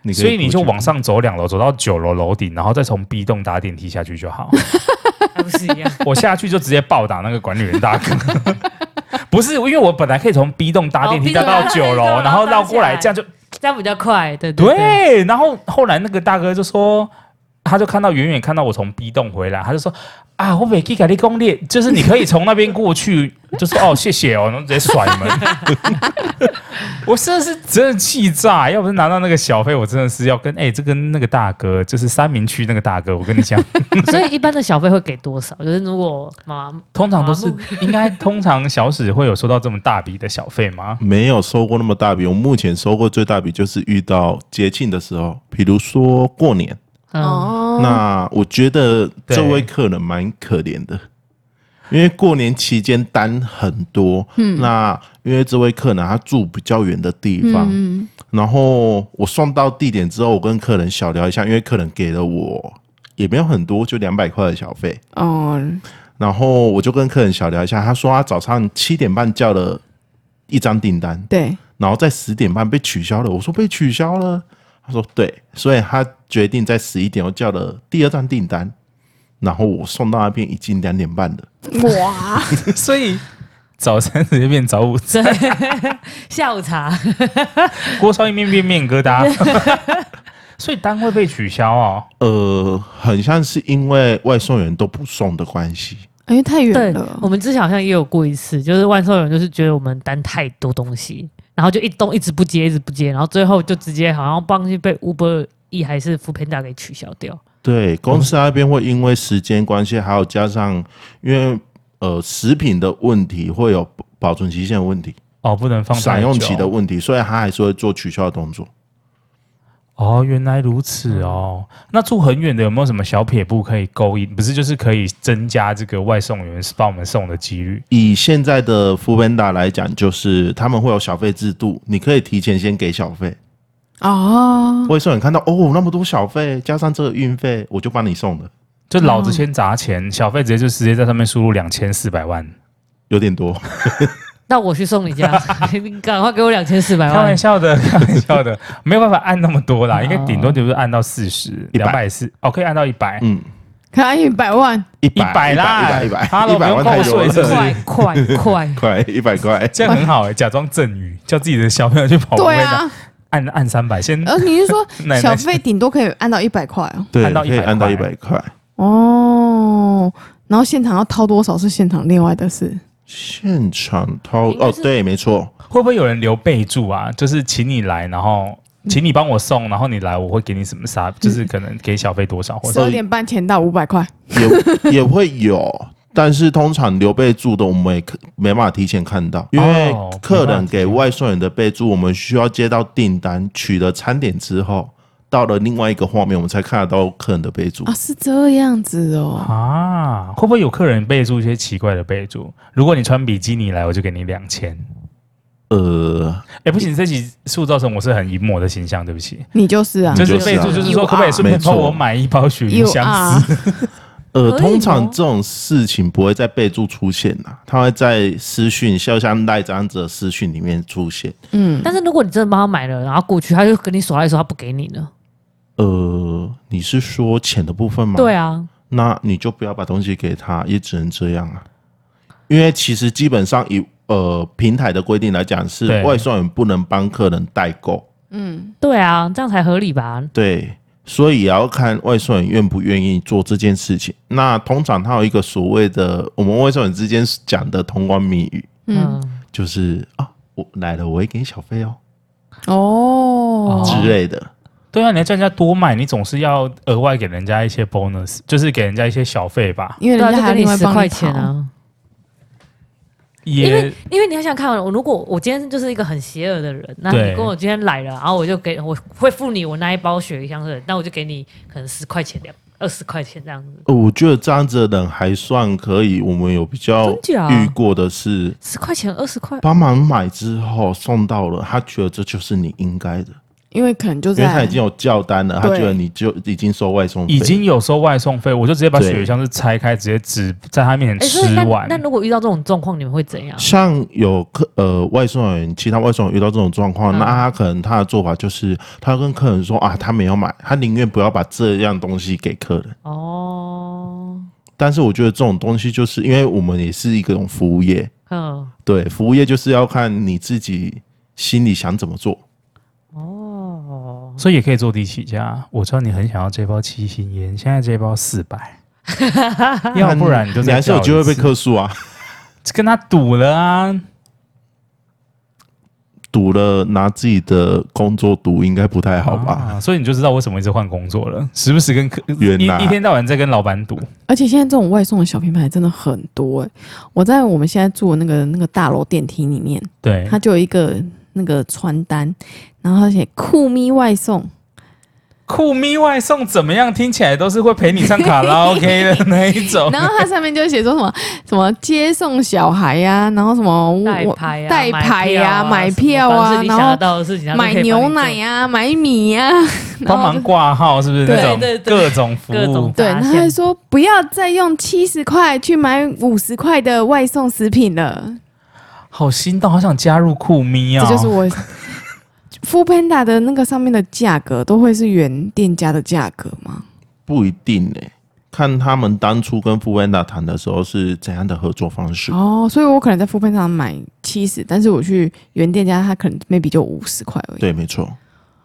你可
所以你就
过去啊
往上走两楼，走到九楼楼顶，然后再从 B 栋搭电梯下去就好。
还不是一样？
我下去就直接暴打那个管理员大哥。 不是，因为我本来可以从 B 栋搭电梯
哦，B
搭
栋
到九楼，
搭到
然后绕过来，这
搭下
样
来
就
这样比较快，对对对。
对。啊然后后来那个大哥就说，他就看到远远看到我从 B 栋回来，他就说啊，我北基改立攻略，就是你可以从那边过去， 就说哦谢谢哦，然后直接甩门。 我真的是真的气炸，要不是拿到那个小费，我真的是要跟哎、这跟那个大哥，就是三明区那个大哥，我跟你 讲，
所以一般的小费会给多少？就是如果妈妈
通常都是
麻木
应该通常小史会有收到这么大笔的小费吗？
没有收过那么大笔，我目前收过最大笔就是遇到节庆的时候，比如说过年。
嗯，
哦，
那我觉得这
对
位客人蛮可怜的，因为过年期间单很多。嗯，那因为这位客人他住比较远的地方，
嗯，
然后我送到地点之后，我跟客人小聊一下，因为客人给了我也没有很多，就两百块的小费。
哦，
然后我就跟客人小聊一下，他说他早上七点半叫了一张订单，
对，
然后在十点半被取消了。我说被取消了，他说对，所以他决定在十一点又叫了第二张订单，然后我送到那边已经两点半了。
哇，
所以早餐直接变早午餐，
下午茶
锅烧意面变面疙 瘩，所以单位被取消哦。
呃，很像是因为外送员都不送的关系，
哎，太远
对
了，
我，们之前好像也有过一次，就是万寿人就是觉得我们单太多东西，然后就一东一直不接，一直不接，然后最后就直接好像帮被 Uber E 还是 f o o Panda 给取消掉。
对公司那边会因为时间关系，还有加上因为呃食品的问题会有保存期限的问题、
哦，不能放太
闪
久
用期的问题，所以他还是会做取消的动作。
哦，原来如此哦。那住很远的有没有什么小撇步可以勾引？不是，就是可以增加这个外送员帮我们送的几率。
以现在的 f o o p a n d a 来讲，就是他们会有小费制度，你可以提前先给小费。
哦，
外送员看到哦那么多小费，加上这个运费，我就帮你送了，
就老
嗯
子先砸钱，小费直接就直接在上面输入两千四百万。
有点多。
那我去送你家， 你赶快给我两千四
哎
百
开
万
玩。笑 的，开玩笑的，没有办法按那么多啦，应该
哦
顶多就是按到四十、两百四，哦，可以按到一百、
嗯，
可能一百万，
一
一百
一
啦，
百一百
哈喽，
一
不
百
用
万太
扣
多
税是不
了，
快
是？
快快！
快 一百块，
这样很好哎，假装赠予，叫自己的小朋友去跑步
对
哦会呢，
啊，
按按三百，先
呃，你是说
奶奶
小费顶多可以按到一百块哦？
对，
按到
可以
100
按到一
块
百块。
哦，然后现场要掏多少是现场另外的事，
现场掏
应该
哦，
是
对，没错，
会不会有人留备注啊？就是请你来，然后请你帮我送，然后你来我会给你什么啥，就是可能给小费多少或
十
者
二点半前到五百块，
也 也会有，但是通常留备注的我们也可没办法提前看到，因为
哦没办
客
法
人
提
给
前
外送员的备注，我们需要接到订单取了餐点之后，到了另外一个画面，我们才看得到客人的备注
啊，。是这样子哦。
啊，会不会有客人备注一些奇怪的备注？如果你穿比基尼来，我就给你两千。
呃，
哎，不行，这集塑造成我是很淫魔的形象，对不起。
你就是啊，
就是
就是
备注，
啊
就是
有
说
啊
可不可以顺便
没错
帮我买一包雪
y
鱼
o u
香
are
丝？
呃，
可以
通常
吗
这种事情不会在备注出现呐、它会在私讯，就像赖长者私讯里面出现。
嗯，
但是如果你真的帮他买了，然后过去他就跟你耍赖说他不给你呢？
呃，你是说钱的部
嗯
分吗？
对啊，
那你就不要把东西给他，也只能这样啊。因为其实基本上以呃平台的规定来讲，是
对
外送员不能帮客人代购，
嗯，
对啊，这样才合理吧？
对，所以也要看外送员愿不愿意做这件事情。那通常他有一个所谓的我们外送员之间讲的通关密语，
嗯，
嗯，
就是啊，我来了，我会给你小费哦
哦，
之类的。
对啊，你要叫人家多买，你总是要额外给人家一些 bonus，就是给人家一些小费吧。
因为
对啊，
人
就
家还
给
另
你
外
十
帮
块
你掏
钱，啊。因
也
为因为你要想看，我如果我今天就是一个很邪恶的人，那
对
你跟我今天来了，然后我就给我会付你我那一包雪梨香水，那我就给你可能十块钱两二十块钱这样子，
呃我觉得这样子的人还算可以。我们有比较
真假
遇过的是，
十块钱二十块，
帮忙买之后送到了，他觉得这就是你应该的，
因为可能就
因为他
在
已经有叫单了，他
对
觉得你就已经收外送费了，
已经有收外送费，我就直接把
对
雪香是拆开，直接只在他面前
哎，所以
吃
那
完
那。如果遇到这种状况，你们会怎样？
像有客呃外送员，其他外送员遇到这种状况，
嗯
那他可能他的做法就是，他跟客人说啊，他没有买，他宁愿不要把这样东西给客人。
哦，
但是我觉得这种东西就是因为我们也是一种服务业，
嗯，
对，服务业就是要看你自己心里想怎么做。
哦，
所以也可以坐地起价。我知道你很想要这包七星烟，现在这包四 百，要不然你就
你
再
还是有
叫
机
一
会被
次
客诉啊，
跟他赌了啊！
赌了拿自己的工作赌，应该不太好吧？
啊所以你就知道为什么一直换工作了，时不时跟客
原
一
来
一天到晚在跟老板赌。
而且现在这种外送的小品牌真的很多、欸、我在我们现在住的那个那个大楼电梯里面，
哎
对，
它就有一个那个传单，然后它写“酷咪外送
酷咪外送怎么样？听起来都是会陪你唱卡拉 OK 的那一”，
哦
种。
然后它上面就写说什么什么接送小孩呀、然后什么我
代拍啊，
代拍呀、买
买
票啊，
你
然
想得
后
到的事情，
买牛奶啊
呀，
呀、买米啊呀、然
帮
后就
忙挂号是不是
对
那种
对对
各种服
各种
务？
对，
发
然后
现
还说不要再用七十块去买五十块的外送食品了。
好心动，好想加入酷咪啊！
这就是 我 f o o Panda 的那个上面的价格都会是原店家的价格吗？
不一定呢、看他们当初跟富安达谈的时候是怎样的合作方式。
哦，所以我可能在 f o o Panda 买七十，但是我去原店家，他可能 maybe 就五十块而已。
对，没错。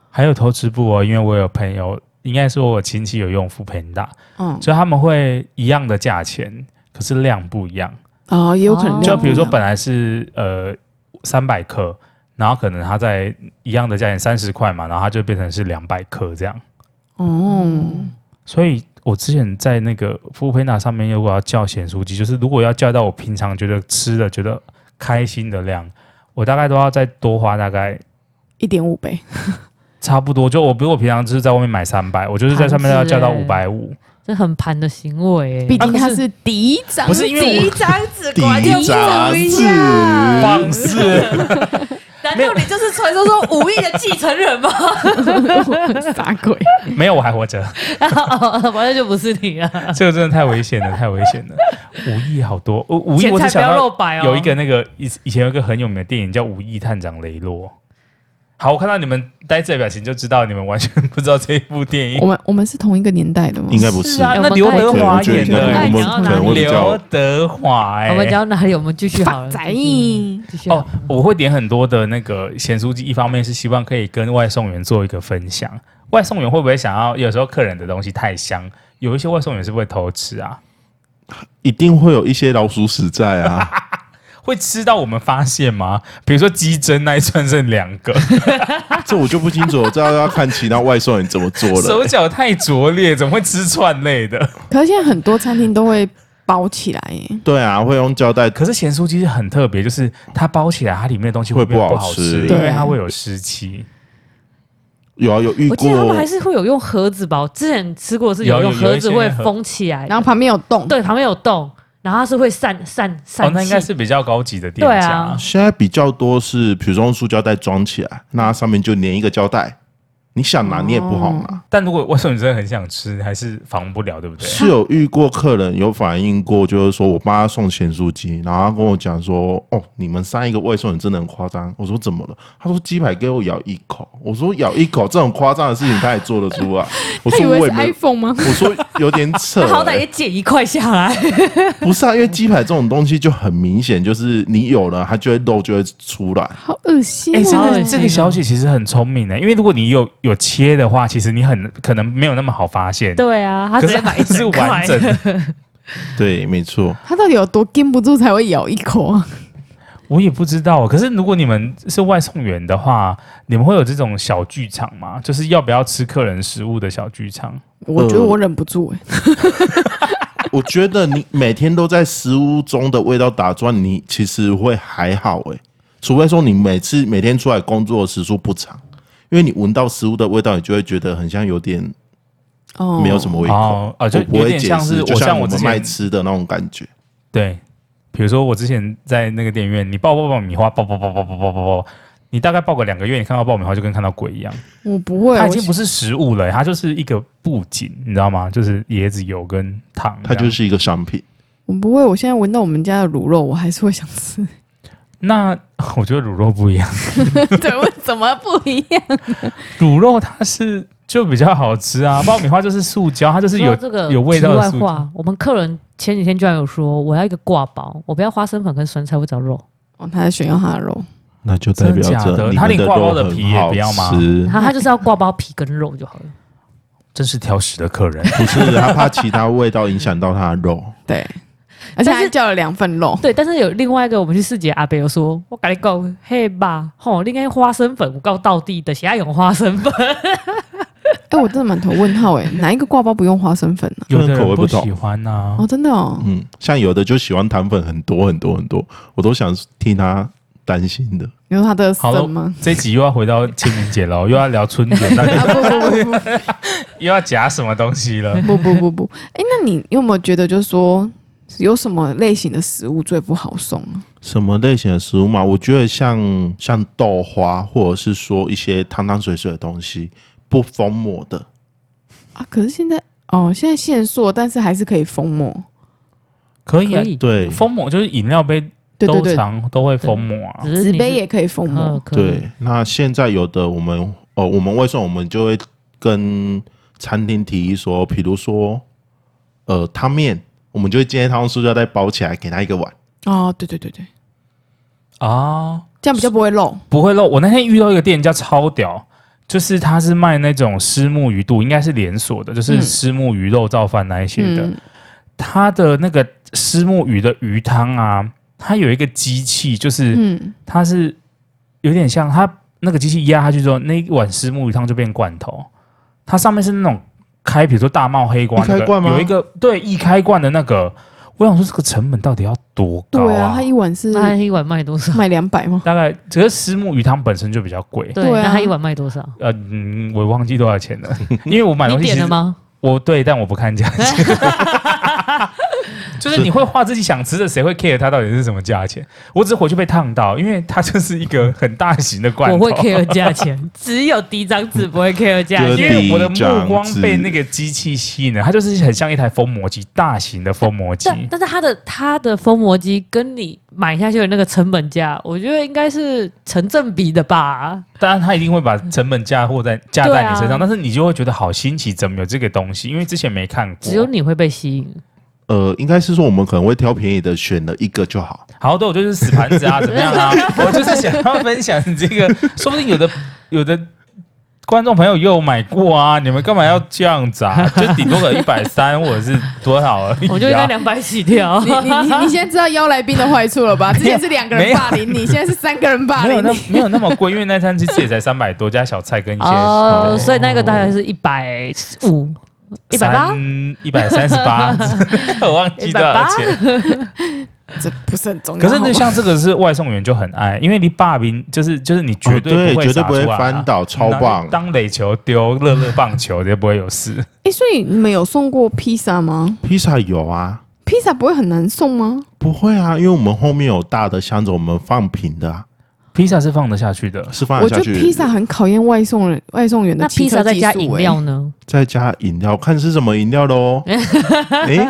还有投直播哦，因为我有朋友，应该说我亲戚有用富平达，
嗯，
所以他们会一样的价钱，可是量不一样。
哦，也有可能
哦
这
就
样
比如说
不一样
本来是呃三百克，然后可能它在一样的价钱三十块嘛，然后它就变成是两百克这样。
哦，
所以我之前在那个富佩纳上面，如果要叫咸酥鸡，就是如果要叫到我平常觉得吃的觉得开心的量，我大概都要再多花大概
一点五倍，
差不多。就我比如我平常就是在外面买三百，我就是在上面要叫到五
盘子
百五。
这很盘的行为欸，
毕竟
可
他
啊是
是嫡长
不是因为我
嫡长子
嫡
管理
长
长一
子
下
放肆！
那
难道你就是传说中武艺的继承人 吗？
傻鬼，
没有，我还活着。
哦完了就不是你啊了。
这个真的太危险了，太危险了。武艺好多，我武艺
剪
我
裁
只
不
想
要露
到
白哦。
有一个那个以以前有一个很有名的电影叫《武艺探长雷洛》。好，我看到你们呆滞的表情就知道你们完全不知道这一部电
我
影。
们我们是同一个年代的吗？
应该不是
是啊
啊，那刘德
对，我
华
觉得
演
应
的
我们
该我们
讲到
可
哪
能
里
会比
刘
较
德华、哎
我们讲到哪里？我们继续 好了。
仔
嗯继续好
哦，我会点很多的那个咸酥鸡，一方面是希望可以跟外送员做一个分享。外送员会不会想要？有时候客人的东西太香，有一些外送员是不会偷吃啊，
一定会有一些老鼠屎 在啊。
会吃到我们发现吗？比如说鸡胗那一串剩两 个，
这我就不清楚，我知道要看其他外送员怎么做
手
了。
脚太拙劣，怎么会吃串类的？
可是现在很多餐厅都会包起来耶，
对啊，会用胶 带
可是咸酥鸡是很特别，就是它包起来，它里面的东西
会
变
不好
不好吃，
吃
因为
对
它会有湿气。
有啊，有遇
我记得他
过
们还是会有用盒子包，之前吃过是
有有
用盒子
有一些
会
那盒
封起来的，
然后旁边有洞，
对旁边有洞，然后它是会散散散
哦，
气。
那应该是比较高级的店
对
家。
啊
现在比较多是，比如说用塑胶袋装起来，那上面就粘一个胶带，你想拿你也不好拿。
但如果外送员真的很想吃，还是防不了，对不对？
是有遇过客人有反映过， 就是说我帮他送咸酥鸡，然后他跟我讲说：“哦，你们三一个外送人真的很夸张。”我说：“怎么了？”他说：“鸡排给我咬一口。”我说：“咬一口这种夸张的事情他也做得出来？” 我
他以
说：“
为
啊我
是
也没有。”
iPhone 吗？
我说：“有点扯、
那好歹
欸
也剪一块下 来，
不是啊，因为鸡排这种东西就很明显，就是你有了，它就会肉就会出来。
好恶心
哎、
哦！
这
好恶
个
心啊
这个小姐其实很聪明的、因为如果你有有切的话，其实你很可能没有那么好发现。
对啊，他
可
直
是
接买一
它是
整块
完，整的。
对，没错。
他到底有多禁不住才会咬一口啊？
我也不知道。可是如果你们是外送员的话，你们会有这种小剧场吗？就是要不要吃客人食物的小剧场？
我觉得我忍不住哎、
我觉得你每天都在食物中的味道打转，你其实会还好诶、除非说你每次每天出来工作的时数不长，因为你闻到食物的味道，你就会觉得很像有点
哦，
没有什么胃口，
哦哦就
我不
有
会
点
解
像
释，
是
就
我像
像
我之
们
前
卖吃的那种感觉。
对，啊比如说我之前在那个电影院，你爆爆爆米花，爆爆爆爆爆爆爆爆，你大概爆个两个月，你看到爆米花就跟看到鬼一样。
我不会，
它
我
已经不是食物了、它就是一个布景，你知道吗？就是椰子油跟糖这样，
它就是一个商品，
我不会，我现在闻到我们家的卤肉，我还是会想吃。
那我觉得卤肉不一样，
对，为什么不一样？
卤肉它是就比较好吃啊，爆米花就是塑胶，它就是有
说这个
有味道
题
的
外
塑胶。
话，我们客人前几天居然有说，我要一个挂包，我不要花生粉跟酸菜，我只要肉。
哦，他在炫耀他的肉，
那就代表
真假的
着你
它
们
连
的
挂包
肉
的皮也
很好
不要吗
吃
然，后他就是要挂包皮跟肉就好了。
真是挑食的客人。
不是他怕其他味道影响到它的肉。
对，而且他还叫了两份肉，
对，但是有另外一个我们去市集的阿伯有说，我跟你讲，嘿吧，吼，应该花生粉，我告到地的，谁要用花生 粉？
哎、我真的满头问号哎、哪一个挂包不用花生粉呢、
有的
个口
人
味
不
不同
喜欢呐、
哦，真的哦，
嗯，像有的就喜欢糖粉很多很多很多，我都想替他担心的。
你说他的
好了
什吗？
这集又要回到清明节了，又要聊春 节，那
啊不
又要夹什么东西了？
不不不不不不，哎、那你有没有觉得就是说有什么类型的食物最不好送啊？
什么类型的食物嘛？我觉得像像豆花，或者是说一些汤汤水水的东西，不封膜的。
啊，可是现在哦，现在限塑，但是还是可以封膜。
可以啊，
对
封膜就是饮料杯
对对
都
对，
常都会封膜啊。
只
纸
是你
杯
是
也可以封
呃
膜。
可以
对，那现在有的我们呃，我们外送我们就会跟餐厅提议说，比如说呃汤面，我们就会今天汤塑料袋包起来，给他一个碗。
嗯
哦，对对对对，
啊，
这样比较不会漏。
不会漏。我那天遇到一个店家超屌，就是他是卖那种虱目鱼肚，应该是连锁的，就是
嗯
虱目鱼肉燥饭那一些的。
嗯，
他的那个虱目鱼的鱼汤啊，它有一个机器，就是
嗯，
它是有点像它那个机器压下去之后，那一碗虱目鱼汤就变罐头。它上面是那种开，比如说大茂黑瓜、那
易
个，
开罐吗
有一个对易开罐的那个，我想说这个成本到底要多高
对啊，他一碗是
那他一碗卖多少？
卖两百吗？
大概只是虱目鱼汤本身就比较贵，
对，
对啊
那他一碗卖多少？
呃，嗯，我忘记多少钱 了，因为我买东
你
西其
点
实
了吗？
我对，但我不看价钱。就是你会画自己想吃的，谁会 care 它到底是什么价钱？我只是回去被烫到，因为它就是一个很大型的罐头。
我会 care 价 钱，只有第一张纸不会 care 价
就是
因
钱。
为我的目光被那个机器吸引了，它就是很像一台封膜机，大型的封膜机。
但但是它的它的封膜机跟你买下去的那个成本价，我觉得应该是成正比的吧。
当然，它一定会把成本价或在加
对
在
啊
你身上，但是你就会觉得好新奇，怎么有这个东西？因为之前没看过。
只有你会被吸 引，
呃，应该是说我们可能会挑便宜的，选了一个就好。
好的，我就是死盘子啊，怎么样 啊？我就是想要分享这个，说不定有的有的观众朋友也有买过啊，你们干嘛要这样子啊？就顶多个一百三或者是多少而已、啊。
我就应该两百起 跳。
你你你你现在知道邀来宾的坏处 了吧？之前是两个人霸凌你，现在是三个人霸
没有
凌
那
你。
没有那么贵，因为那餐其实也才三百多，加小菜跟一些
哦，所以那个大概是一百五、一百八。
一百三十 八，我忘记多少钱。
这不是很重要。
可是那像这个是外送员就很爱，因为你霸兵就是就是你绝
哦
不会
绝对
撒
不
出来
会
啊
翻倒，超棒。
当垒球丢，乐乐棒球也不会有事。
哎、所以你们有送过披萨吗？
披萨有啊，
披萨不会很难送吗？
不会啊，因为我们后面有大的箱子，我们放平的啊，
披萨是放得下去的，
是放
我
得
觉
下
得
去。
披萨很考验外送人、外送员的
那披
骑车
萨再
技
加
术
饮
欸
料呢？
再加饮料，看是什么饮料 喽。诶，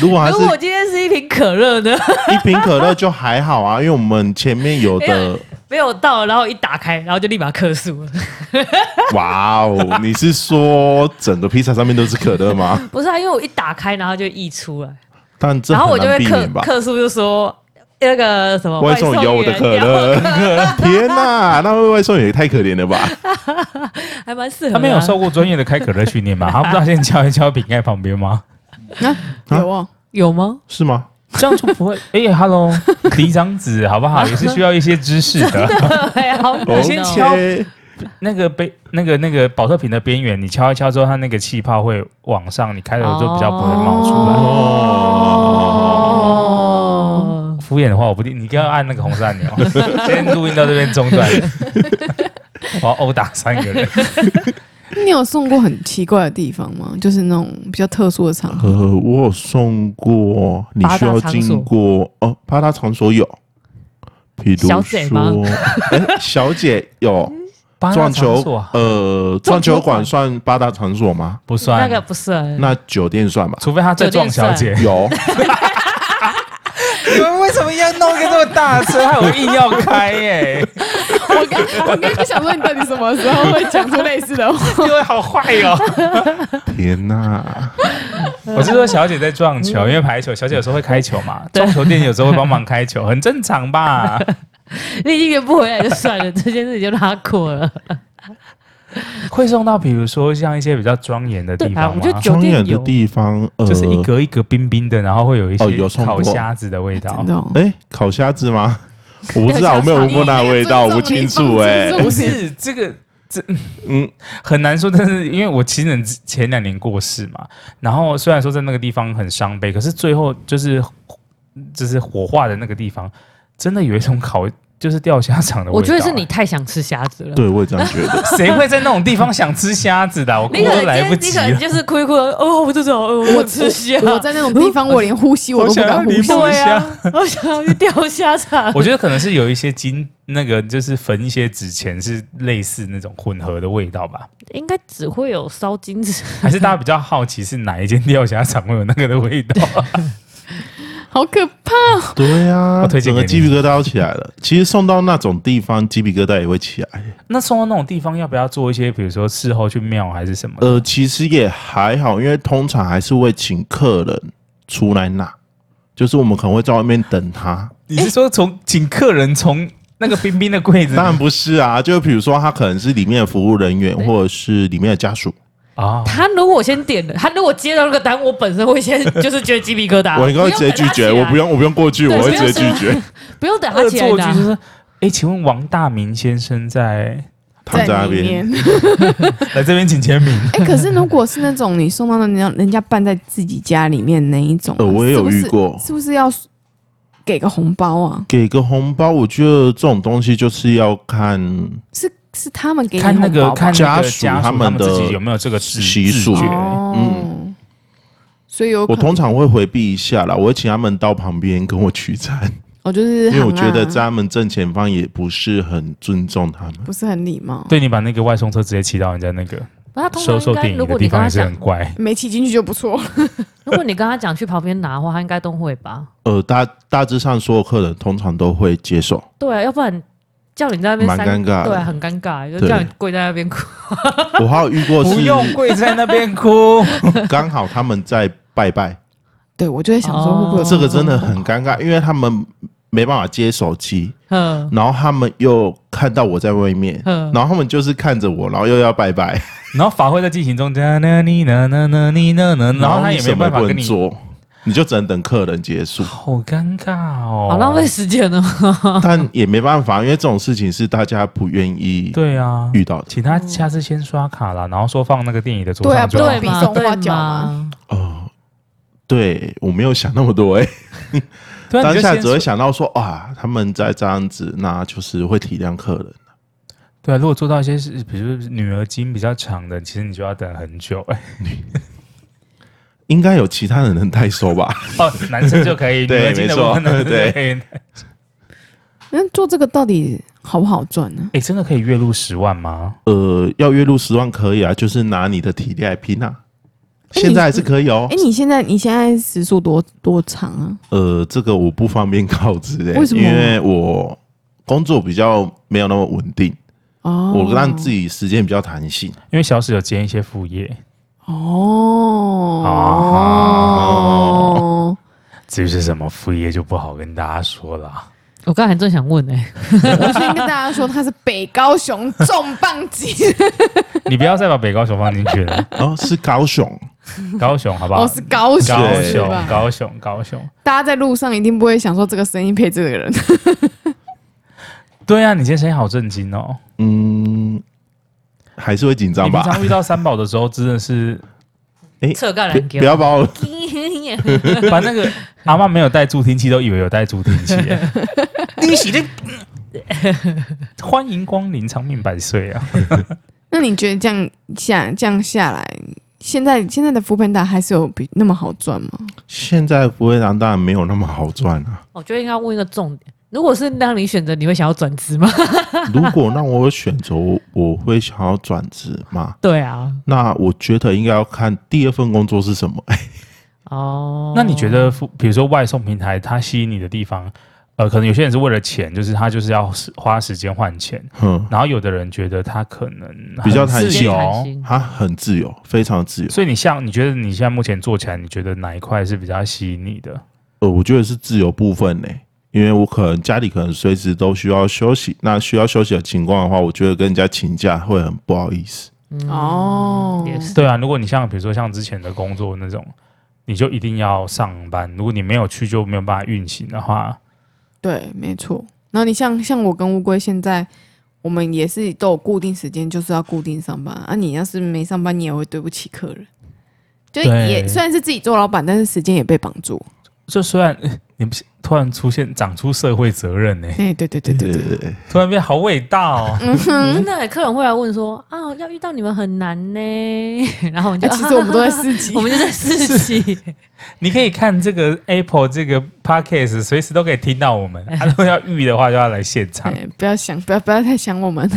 如果还
如
是
果我今天是一瓶可乐呢？
一瓶可乐就还好啊，因为我们前面有的。
没有到，然后一打开，然后就立马克数了。
哇哦，你是说整个披萨上面都是可乐 吗？
不是啊，因为我一打开，然后就溢出来，
但这
然后我
很
就会
难避
克
免吧？
克数就说那个什么
外
送
送有我的
员啊
可，乐，天哪、那位外送员也太可怜了吧？
还蛮适合的啊。
他没有受过专业的开可乐训 练嘛？他不知道先敲一敲瓶盖旁边吗？
啊
有啊，
有 吗？
是吗？
这样就不会。哎，Hello，第一 张纸好不好？也是需要一些知识的。
对，好难
我先
哦
敲那个杯，那个那个保特瓶的边缘，你敲一敲之后，它那个气泡会往上，你开头就比较不会冒出来。
哦，
哦。
敷衍的话，我不定，你刚刚按那个红色按 钮。今天录音到这边中断了，我要殴打三个人。
你有送过很奇怪的地方吗？就是那种比较特殊的场合，
呃，我有送过，你需要经过哦，八大场所有，比如
小姐吗
说，哎，小姐 有
八大
撞
场
球
所啊，
呃，撞球馆算八大场所吗？
不算，
那个不是，
嗯
那酒店算吧？
除非他在撞小姐。
有，
你们为什么要弄一个这么大的车，还有硬要开、耶？
我刚我刚就想说，你到底什么时候会讲出类似的话？
各位好坏哦！
天哪、
我是说，小姐在撞球，因为排球，小姐有时候会开球嘛，
嗯 对
撞球店有时候会帮忙开球，很正常 吧？
你已经圆不回来就算了，这件事情就让它过了。
会送到，比如说像一些比较庄严的地
对啊
方
我
吗
觉？得酒
庄
店
严的
有
地方，呃，
就是一格一格冰冰的，然后会有一
哦有
些
送
烤
过
虾子的味道
真。的、 哦，
哎、烤虾 子吗？我不知道，我没有闻过那味道，我不清楚哎、
不是这个，这
嗯，
很难说，但是因为我亲人之前两年过世嘛，然后虽然说在那个地方很伤悲，可是最后就是就是火化的那个地方，真的有一种烤就是掉虾场的味道。
我觉得是你太想吃虾子了。
对，我也这样觉 得。
欸，谁会在那种地方想吃虾子的 啊、我
你
估
可
都
能
来不及
今天你可能
了。
就是哭一哭，哦，我这种我吃虾，
我在那种地方，我连呼吸我都不敢呼
好想要你。
吸
对啊， 我想要去钓虾场。
我觉得可能是有一些金，那个就是焚一些纸钱是类似那种混合的味道吧，
应该只会有烧金子，
还是大家比较好奇是哪一间钓虾场会有那个的味道、
好可怕！
对啊，
我推荐
整个
给
鸡
你
皮疙瘩都起来了。其实送到那种地方，鸡皮疙瘩也会起来。
那送到那种地方，要不要做一些，比如说事后去庙还是什么的？
呃，其实也还好，因为通常还是会请客人出来拿，就是我们可能会在外面等他。
你是说从请客人从那个冰冰的柜子
当然不是啊，就比如说他可能是里面的服务人员，或者是里面的家属。
啊？
他如果先点了，他如果接到那个单，我本身 会先就是觉得鸡皮疙瘩，
我应该会直接拒绝，我不
啊用
用，我不用过去，
对
我会直接拒绝。
不用等他
恶
起来
作剧就
拿，
是，哎，请问王大明先生在
躺在那
里
边，
面。
来这边请签名？
哎、可是如果是那种你送到人家人家办在自己家里面那一种啊，
呃我也
是
有
不
遇
是
过
是不是要给个红包啊？
给个红包，我觉得这种东西就是要看
是是他们给你
看那
红
个
包吧
看那个
家属
家属
他
他
们
们
的
自己有没有这个自
习俗
自觉
哦，所以有可
我
能
通常会回避一下啦，我会请他们到旁边跟我取餐，
我就是
因为我
行啊
觉得在他们正前方也不是很尊重他们。
不是很礼貌，
对你把那个外送车直接骑到人家那个
不是他通
收
常
售
应该，
电
如
影
果
的
你
地
跟
方，
他
也是
讲
很，乖。
没骑进去就不错了。
如果你跟他讲去旁边拿的话，他应该都会吧？
呃，大大致上所有客人通常都会接受，
对啊，要不然叫你在那边
蛮
三
尴尬的
对啊，很尴尬，就
对
叫你跪在那边哭。
我还有遇过
不
是
用跪在那边哭，
刚好他们在拜拜，
对，我就在想说会不会有
哦
这个真的很尴尬，因为他们没办法接手机，
嗯，
然后他们又看到我在外面，
嗯
然后他们就是看着我，然后又要拜拜，
然后法会在进行中，哒呢呢呢呢呢呢呢，嗯然后他
你
也没
什
有
么
办法
不
跟
能
你，
做，你就只能等客人 结束，
好尴尬哦，
好浪费。时间哦。
但也没办法，因为这种事情是大家不愿意
对啊，
遇到的。
请他下次先刷卡啦，然后说放那个电影的桌
嗯对啊
上就好。
对
比
嘛，
手画
对
脚
嘛
嘛，
哦，对我没有想那么多哎、欸
对啊，
当
你就
下
先
只会想到说啊，他们在这样子，那就是会体谅客人。
对啊，如果做到一些是，比如说女儿经比较长的，其实你就要等很久。 哎，
应该有其他人能代收吧？
哦，男生就可 以，女
对
儿经的
没错
部分呢
对
对。
那做这个到底好不好赚呢？
哎，真的可以月入十万吗？
呃，要月入十万可以啊，就是拿你的体力来拼啊。
哎
现在还是可以哦
哎、。你现在你现在时速多多长啊？
呃，这个我不方便告知诶、
为什么
因为我工作比较没有那么稳定，
哦，
我让自己时间比较 弹性。
因为小史有兼一些副业，
哦
啊至于是什么副业就不好跟大家说了啊。
我刚才正想问哎，
我先跟大家说，他是北高雄重磅 级，
你不要再把北高雄放进去了，
哦，是高雄，
高雄好不好
哦，？是高雄，
高
是
雄，
吧？
高雄，高雄。
大家在路上一定不会想说这个声音配这个人，
对啊，你今天声音好震惊哦！
嗯，还是会紧
你
张
平
吧？
常遇到三宝的时候，真的是
侧盖
别
栏给
不要把我
我。
把那个 阿妈没有带助听器，都以为有带助听器耶。 你喜 的，欢迎光临，长命百岁啊！
那你觉得这样下这样下来，现在现在的福 Panda 还是有比那么好赚吗？
现在不会让当然没有那么好赚 啊。
我觉得应该要问一个重点，如果是让你选择，你会想要转职吗？
如果让我选择，我会想要转职嘛？
对啊，
那我觉得应该要看第二份工作是什么。
哦，
那你觉得付，比如说外送平台，它吸引你的地方，呃，可能有些人是为了钱，就是他就是要时花时间换钱，
嗯，
然后有的人觉得他可能很
比较弹
自
性
由
弹性
他很自由，非常自由。
所以你像你觉得你现在目前做起来，你觉得哪一块是比较吸引你的？
呃，我觉得是自由部分呢、因为我可能家里可能随时都需要休息，那需要休息的情况的话，我觉得跟人家请假会很不好意思。
嗯
哦
也是
对啊，如果你像比如说像之前的工作那种，你就一定要上班，如果你没有去就没有办法运行的话，
对，没错。然后你像像我跟乌龟现在。我们也是都有固定时间，就是要固定上班啊。你要是没上班，你也会对不起客人。就
对
也虽然是自己做老板，但是时间也被绑住。
这虽然呃你不是突然出现长出社会责任呢、
哎、对对对对对，
对对，
突然变好伟大哦。
真的客人会来问说啊，要遇到你们很难呢， 然后我们就
哎
啊、其实我们都在四 级
我，们就在 四级，
你可以看这个 Apple 这个 Podcast，随时都可以听到我们。他、如果要遇的话，就要来现场
哎，不要想，不要不要太想我
哦
们。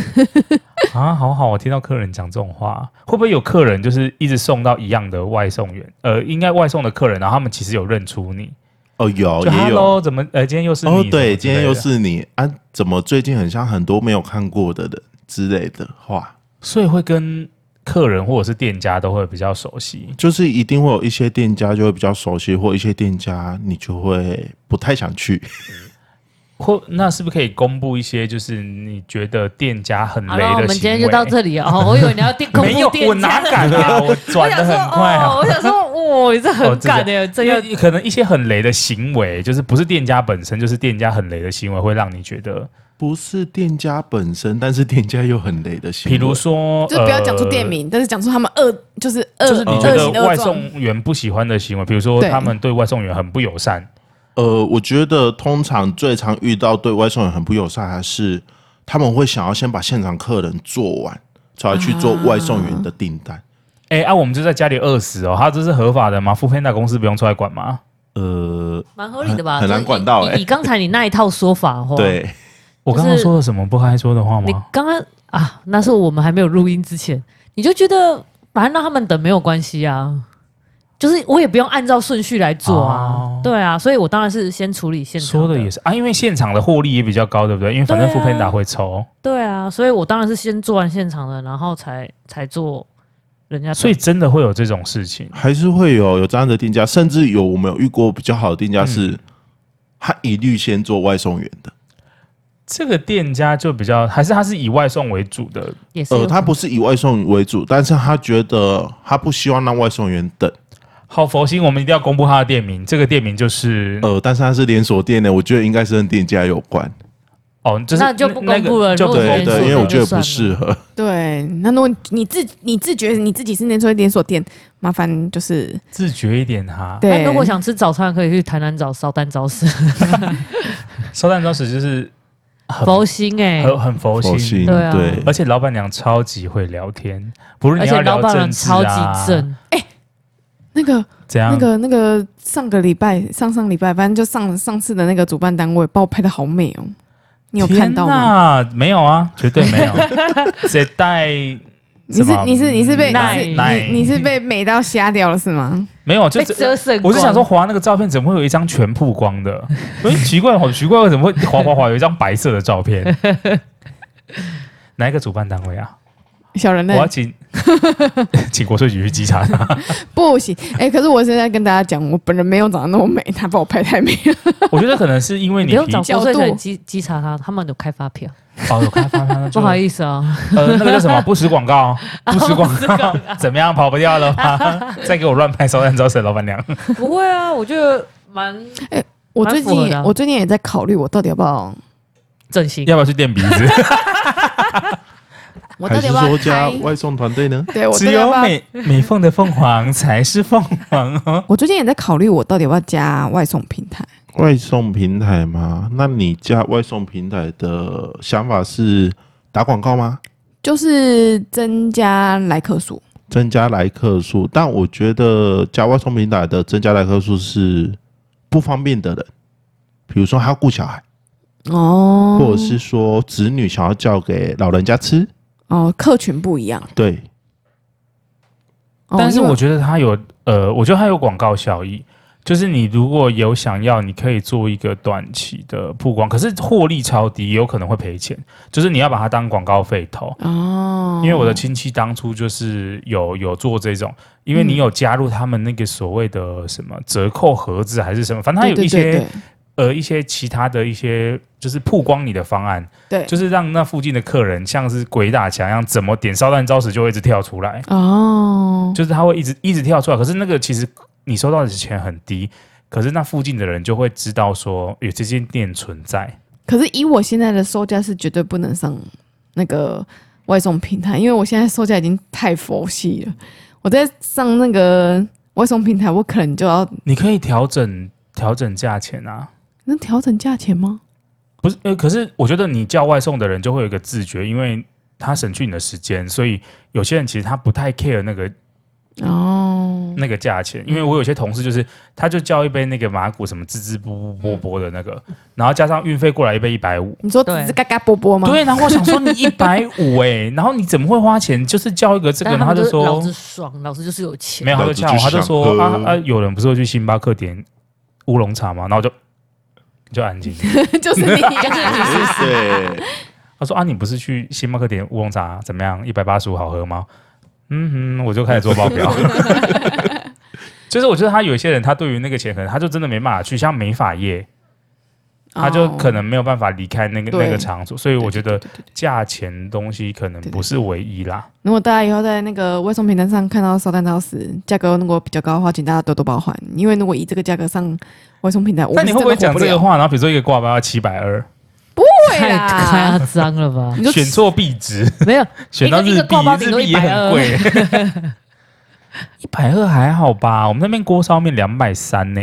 啊！好好，我听到客人讲这种话，会不会有客人就是一直送到一样的外送员？呃，应该外送的客人，然后他们其实有认出你，
哦，有
就
也有
Hello，怎么呃，今天又是你？什
哦，
么之类
对，
的
今天又是你啊？怎么最近很像很多没有看过的人之类的话，
所以会跟客人或者是店家都会比较熟悉。
就是一定会有一些店家就会比较熟悉，或一些店家你就会不太想去。
或那是不是可以公布一些，就是你觉得店家很
好
雷的
了，
行为？
我们今天就到这里哦。我以为你要电 公
没有，
布店
我哪
家
敢 啊！我
我
转的
想说
很快啊
哦，。 我想说，哇，你这
哦
很
这个
敢的，这
因
要
为可能一些很雷的行为，就是不是店家本身，就是店家很雷的行为，会让你觉得，
不是店家本身，但是店家又很雷的行
比
为。
如说，
就是不要讲出店
呃，
名，但是讲出他们恶，就是恶，
就是你觉
恶
得
行恶
呃外
状。
送员不喜欢的行为，比如说
对
他们对外送员很不友善，
呃，我觉得通常最常遇到对外送员很不友善，还是他们会想要先把现场客人做完，才去做外送员的订单。
哎、啊，我们就在家里饿死哦，他这是合法的吗？富佩达公司不用出来管吗？
呃，
蛮合理的吧？
很很难管到
哎、
欸
以刚才你那一套说法
哦
的话，，
对，
我刚刚说了什么不该说的话
你
吗？
刚刚啊，那是我们还没有录音之前，你就觉得反正让他们等没有关系啊，就是我也不用按照顺序来做啊，
哦
对啊，所以我当然是先处理现场
说的也是啊，因为现场的获利也比较高，对不对？因为反正
对
富
啊
佩达会抽，
对啊，所以我当然是先做完现场的，然后才才做人家的，
所以真的会有这种事情。
还是会有有这样的定价，甚至有我们有遇过比较好的定
嗯
价是，他一律先做外送员的，
这个店家就比较，还是他是以外送为主的
也是有
呃，他不是以外送为主，但是他觉得他不希望让外送员等，
好佛心，我们一定要公布他的店名。这个店名就是、
呃，但是他是连锁店呢，我觉得应该是跟店家有关，
哦，就是
那就不
那那
公布了
个就
如
不
果
对
连锁
对，因为
店
我觉得
就
不
算
适
了
合，
对，那如果你自你自觉你自己是连锁连锁店，麻烦就是
自觉一点哈。
对，
那如果想吃早餐，可以去台南找烧蛋 早市，
烧蛋糕时就是很
佛心哎、
很很佛
佛
心哦
心，
对啊
对
而且老板娘超级会聊天，不是
而
你
且
要
老
聊
板娘
政治
超
啊，
级正，
那个
怎样？
那个那个上个礼拜上上礼拜，反正就上上次的那个主办单位把我拍的好美哦，你有看到吗？
吗？没有啊，绝对 没有。谁带？
你
什
是
么
你是你是被
奶
你
奶
是你你是被美到瞎掉了是吗？
没有，就
被遮圣
我是想
光
说，划那个照片怎么会有一张全曝光 的？我就奇怪，好奇怪，为什么会划划划有一张白色的照片？哪一个主办单位啊？
小人
我
类
要请 请国税局去稽查他。
不行，哎、可是我现在跟大家讲，我本人没有长得那么美，他把我拍太美了。
我觉得可能是因为
你
你
不用
脾
找
气
国税
角
局
度
稽稽查他，他们有开发票，
哦，有开发票，
不好
思，
意思哦。
呃，那个叫什 么不实广告，
哦
不实广告， 怎么样跑不掉了 吧？再给我乱拍烧蛋招谁老板娘？
不会啊，我觉得蛮
我最
蛮符合
近
的啊
我最近也在考虑，我到底要不要，
整形。
要不要去垫鼻子？
我到
还
底
是
要不要
说加
开？
外送团队呢？
对我到
只
底要
有
不 要？
美美凤的凤凰才是凤凰哦。
我最近也在考虑，我到底要不要加外送平台？
外送平台吗？那你加外送平台的想法是打广告吗？
就是增加来客数。
增加来客数？但我觉得加外送平台的增加来客数是不方便的人，比如说他要顾小孩，
哦，
或者是说子女想要叫给老人家吃，
哦，客群不一样。
对，
哦
但是
因为
我觉得它有呃，我觉得它有广告效益。就是你如果有想要，你可以做一个短期的曝光，可是获利超低，有可能会赔钱。就是你要把它当广告费投，
哦，
因为我的亲戚当初就是有有做这种，因
嗯
为你有加入他们那个所谓的什么折扣盒子还是什么，反正它
对
有一
对
些
对
呃一些其他的一些就是曝光你的方案，
对，
就是让那附近的客人像是鬼打墙一样，怎么点烧蛋招式就会一直跳出来，
哦，
就是他会一直一直跳出来，可是那个其实你收到的钱很低。可是那附近的人就会知道说有这间店存在，
可是以我现在的售价是绝对不能上那个外送平台，因为我现在售价已经太佛系了。我在上那个外送平台，我可能就要
你可以调整调整价钱啊。
能调整价钱吗？
不是，呃，可是我觉得你叫外送的人就会有一个自觉，因为他省去你的时间，所以有些人其实他不太 care 那个
哦，
那个价钱，因为我有些同事就是，他就叫一杯那个马古什么滋滋啵啵啵啵的那个，然后加上运费过来一杯一百五，
你说只
对
是嘎嘎波波吗？
对，然后我想说你一百五哎，然后你怎么会花钱？就是叫一个 这个，然
但他
后
们
就
就是老
说
子爽，老子就是有钱。
没有，他就叫我，他就说
老子
啊
就想喝
啊，有人不是会去星巴克点乌龙茶吗？然后我就就安 静。
就 是你，哦就是你。
对，
他说啊，你不是去星巴克点乌龙茶啊怎么样？一百八十五好喝吗？嗯哼，我就开始做报 表。就是我觉得他有些人，他对于那个钱，可能他就真的没办法去，像美发业，他就可能没有办法离开那个
哦对
那个场所，所以我觉得
对对对对
价钱东西可能不是唯一啦。
如果大家以后在那个外送平台上看到烧蛋超市价格如果比较高的话，请大家多多包涵，因为如果以这个价格上外送平台，我
但
们
你
是
会
真
不会讲
的活
这
了
个话？然后比如说一个挂包要七百二，
对
太
啦
夸张了吧？
你就
选错币值，
没有，
选到
一
日
个
币
挂包，顶
日
多
币也很
120
贵。一百二还好吧？我们那边锅烧面两百三呢。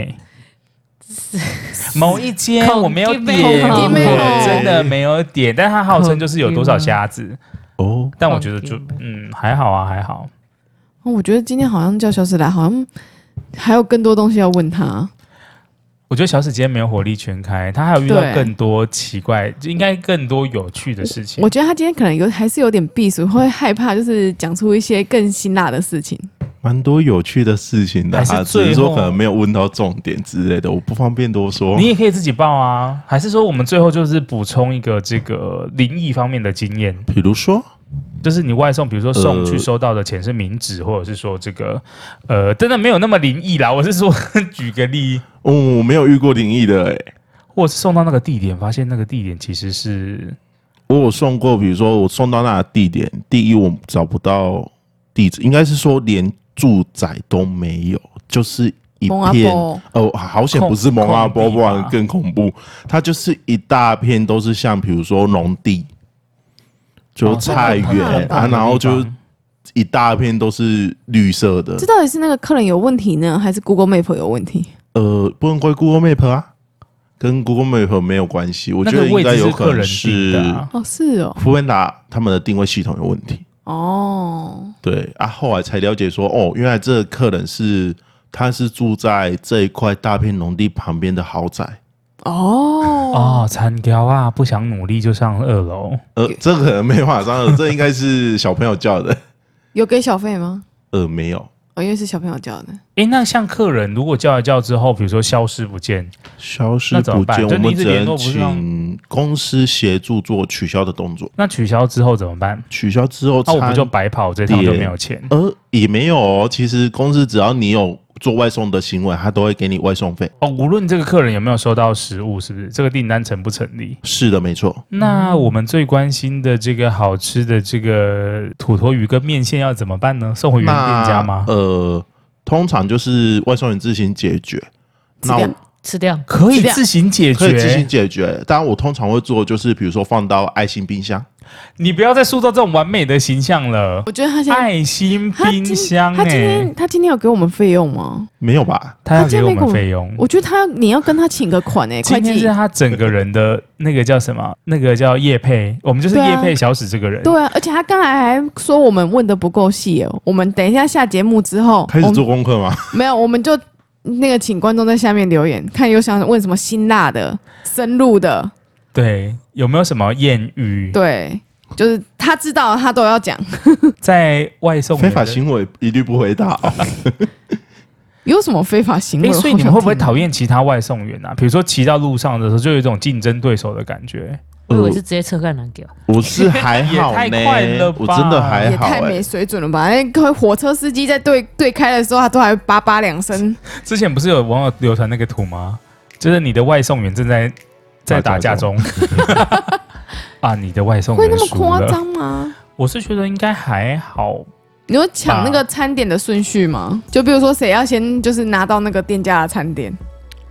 某一间
恐
我没有
惧
点，
没有
我
恐惧没有
真的没有点，但它号称就是有多少虾子，
哦，
但我觉得就
恐惧
嗯还好啊，还好。
哦我觉得今天好像叫小史来，好像还有更多东西要问他。
我觉得小史今天没有火力全开，他还有遇到
对
更多奇怪，就应该更多有趣的事情
我。觉得他今天可能有还是有点避暑，会害怕，就是讲出一些更辛辣的事情。
蛮多有趣的事情的、
还是
啊，只
最后
是说可能没有问到重点之类的，我不方便多说。
你也可以自己报啊，还是说我们最后就是补充一个这个灵异方面的经验，
比如说，
就是你外送，比如说送
呃
去收到的钱是冥纸，或者是说这个呃，真的没有那么灵异啦。我是说举个例，
嗯，我没有遇过灵异的、欸，
或者是送到那个地点，发现那个地点其实是
我有送过，比如说我送到那个地点，第一我找不到地址，应该是说连住宅都没有，就是一
蒙阿
片
波
哦，好险不是蒙阿波，
空空地
不
吧
然更恐怖。它就是一大片都是像比如说农地，就
哦
菜园、
这个很棒
啊，
的地方
然后就一大片都是绿色的
这。到底是那个客人有问题呢，还是 Google Map 有问题？
呃，不能怪 Google Map 啊，跟 Google Map 没有关系，我
那
觉
个
得应
位
该
置
有
是
可
客人
能
定
是
的、啊。
哦，是哦，
福文达他们的定位系统有问题。
哦，
对啊，后来才了解说，哦，原来这个客人是他是住在这一块大片农地旁边的豪宅，
哦，
哦，残雕啊，不想努力就上二楼。
呃，这个可能没办法上了，这应该是小朋友叫 的，
有给小费吗？
呃，没有
哦，因为是小朋友叫的。
诶，那像客人如果叫一叫之后，比如说消失不见，
消失
那怎么
不
办
见，
就
我
你一
们
直
只
联络
能
不是吗
请公司协助做取消的动作，
那取消之后怎么办？
取消之后
那、我
餐
不就白跑这趟
点
就没有钱？
呃，也没有哦，其实公司只要你有做外送的行为，他都会给你外送费，
哦，无论这个客人有没有收到食物，是不是这个订单成不成立？
是的，没错。
那
嗯
我们最关心的这个好吃的这个土托鱼跟面线要怎么办呢？送回原店家吗？
那呃，通常就是外送员自行解决。
质量
吃掉。
可以
这样
自行解
可以自行
决，
解决。当然，我通常会做的就是，比如说放到爱心冰箱，
你不要再塑造这种完美的形象了。
我觉得他现在
爱心
他今
冰箱、欸，
他今天他今天有给我们费用吗？
没有吧？
他要
他今
给
天
我
没给
们
我
费用。
我觉得他你要跟他请个款哎，会
嗯今天
计
是。他整个人的那个叫什么？那个叫叶佩，我们就是
对啊
叶佩小史这个人。
对啊，而且他刚才还说我们问的不够细哦。我们等一下下节目之后，
开始
我们
做功课
哦
吗？
没有，我们就那个请观众在下面留言，看有想问什么辛辣的、深入的，
对有没有什么艳遇？
对，就是他知道他都要讲。
在外送
非
员
法
的
行为一律不回答、哦。
有什么非法行为？
诶
我
所以你们
好
会不会
想听
讨厌其他外送员啊？比如说骑到路上的时候，就有一种竞争对手的感觉。
我以为
呃
是直接车干难给，
我是还好
也
呢
太快了，吧
我真的还
也
好
太
欸
哎、
没水准了吧！那个火车司机在对对开的时候，他都还叭叭两声。
之前不是有网友流传那个图吗？就是你的外送员正在在打架中 啊，你的外送
会那
员
么
输
夸
了。
张吗？
我是觉得应该还好，
你有抢那个餐点的顺序吗？就比如说谁要先就是拿到那个店家的餐点？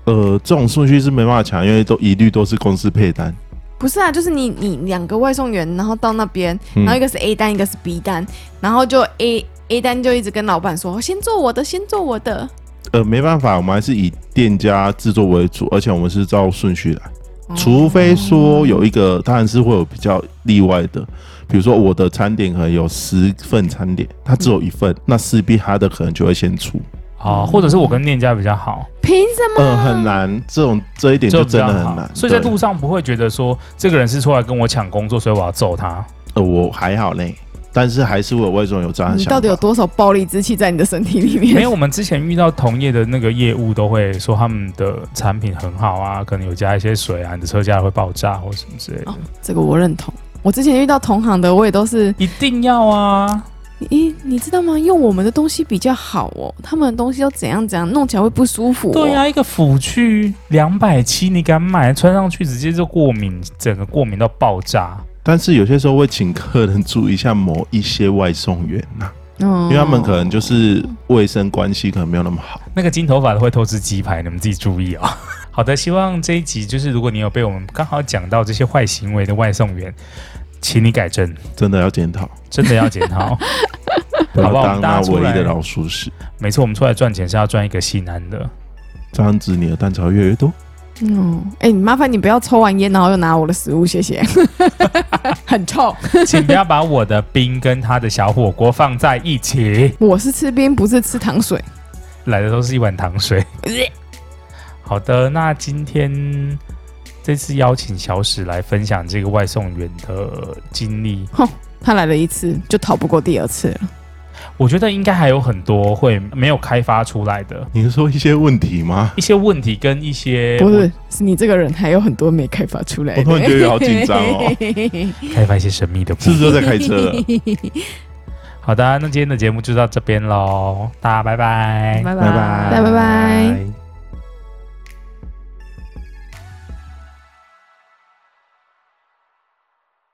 呃，这种顺序是没办法抢，因为都一律都是公司配单。
不是啊，就是你你两个外送员，然后到那边，
嗯
然后一个是 A 单，一个是 B 单，然后就 A A 单就一直跟老板说先做我的，先做我的。
呃，没办法，我们还是以店家制作为主，而且我们是照顺序来。
哦
哦除非说有一个，当然是会有比较例外的，比如说我的餐点可能有十份餐点，它只有一份，那势必他的可能就会先出。
啊，或者是我跟店家比较好，
凭什么？
嗯，很难，这种这一点就
就比
真
较
的很
好
难。。
所以在
对
路上不会觉得说这个人是出来跟我抢工作，所以我要揍他。
呃，我还好嘞，但是还是会有外种有这样的
你
呃想法。
到底有多少暴力之气在你的身体里面？
没有，我们之前遇到同业的那个业务都会说他们的产品很好啊，可能有加一些水啊，你的车架会爆炸或什么之类的。
哦这个我认同。我之前遇到同行的，我也都是，
一定要啊！
咦，你知道吗？用我们的东西比较好哦，他们的东西都怎样怎样，弄起来会不舒服、哦
对、啊，一个辅具两百七，你敢买？穿上去直接就过敏，整个过敏到爆炸。
但是有些时候会请客人注意一下某一些外送员呐、
嗯，
因为他们可能就是卫生关系可能没有那么好。
那个金头发的会偷吃鸡排，你们自己注意啊、 好的，希望这一集就是，如果你有被我们刚好讲到这些坏行为的外送员，请你改正，
真的要检讨，
真的要检 讨。
不
嗯好
要
吧我们
当
大
那
家出
唯
来
一的老鼠屎，
没错，我们出来赚钱是要赚一个心安的。
这样子你的蛋炒越来越多。
嗯，哎、你麻烦你不要抽完烟，然后又拿我的食物，谢谢。很臭。
请不要把我的冰跟他的小火锅放在一起。
我是吃冰，不是吃糖水。
来的时候是一碗糖水。 好的，那今天这次邀请小史来分享这个外送员的经历，
他来了一次就逃不过第二次了。
我觉得应该还有很多会没有开发出来的
你是说一些问题吗？
一些问题跟一些
不是，是你这个人还有很多没开发出来
我突然
的。
觉得好紧 张哦，
开发一些神秘的部
是
分
不是又在开车了？
好的，那今天的节目就到这边喽，大家拜拜，
拜
拜拜
拜拜拜。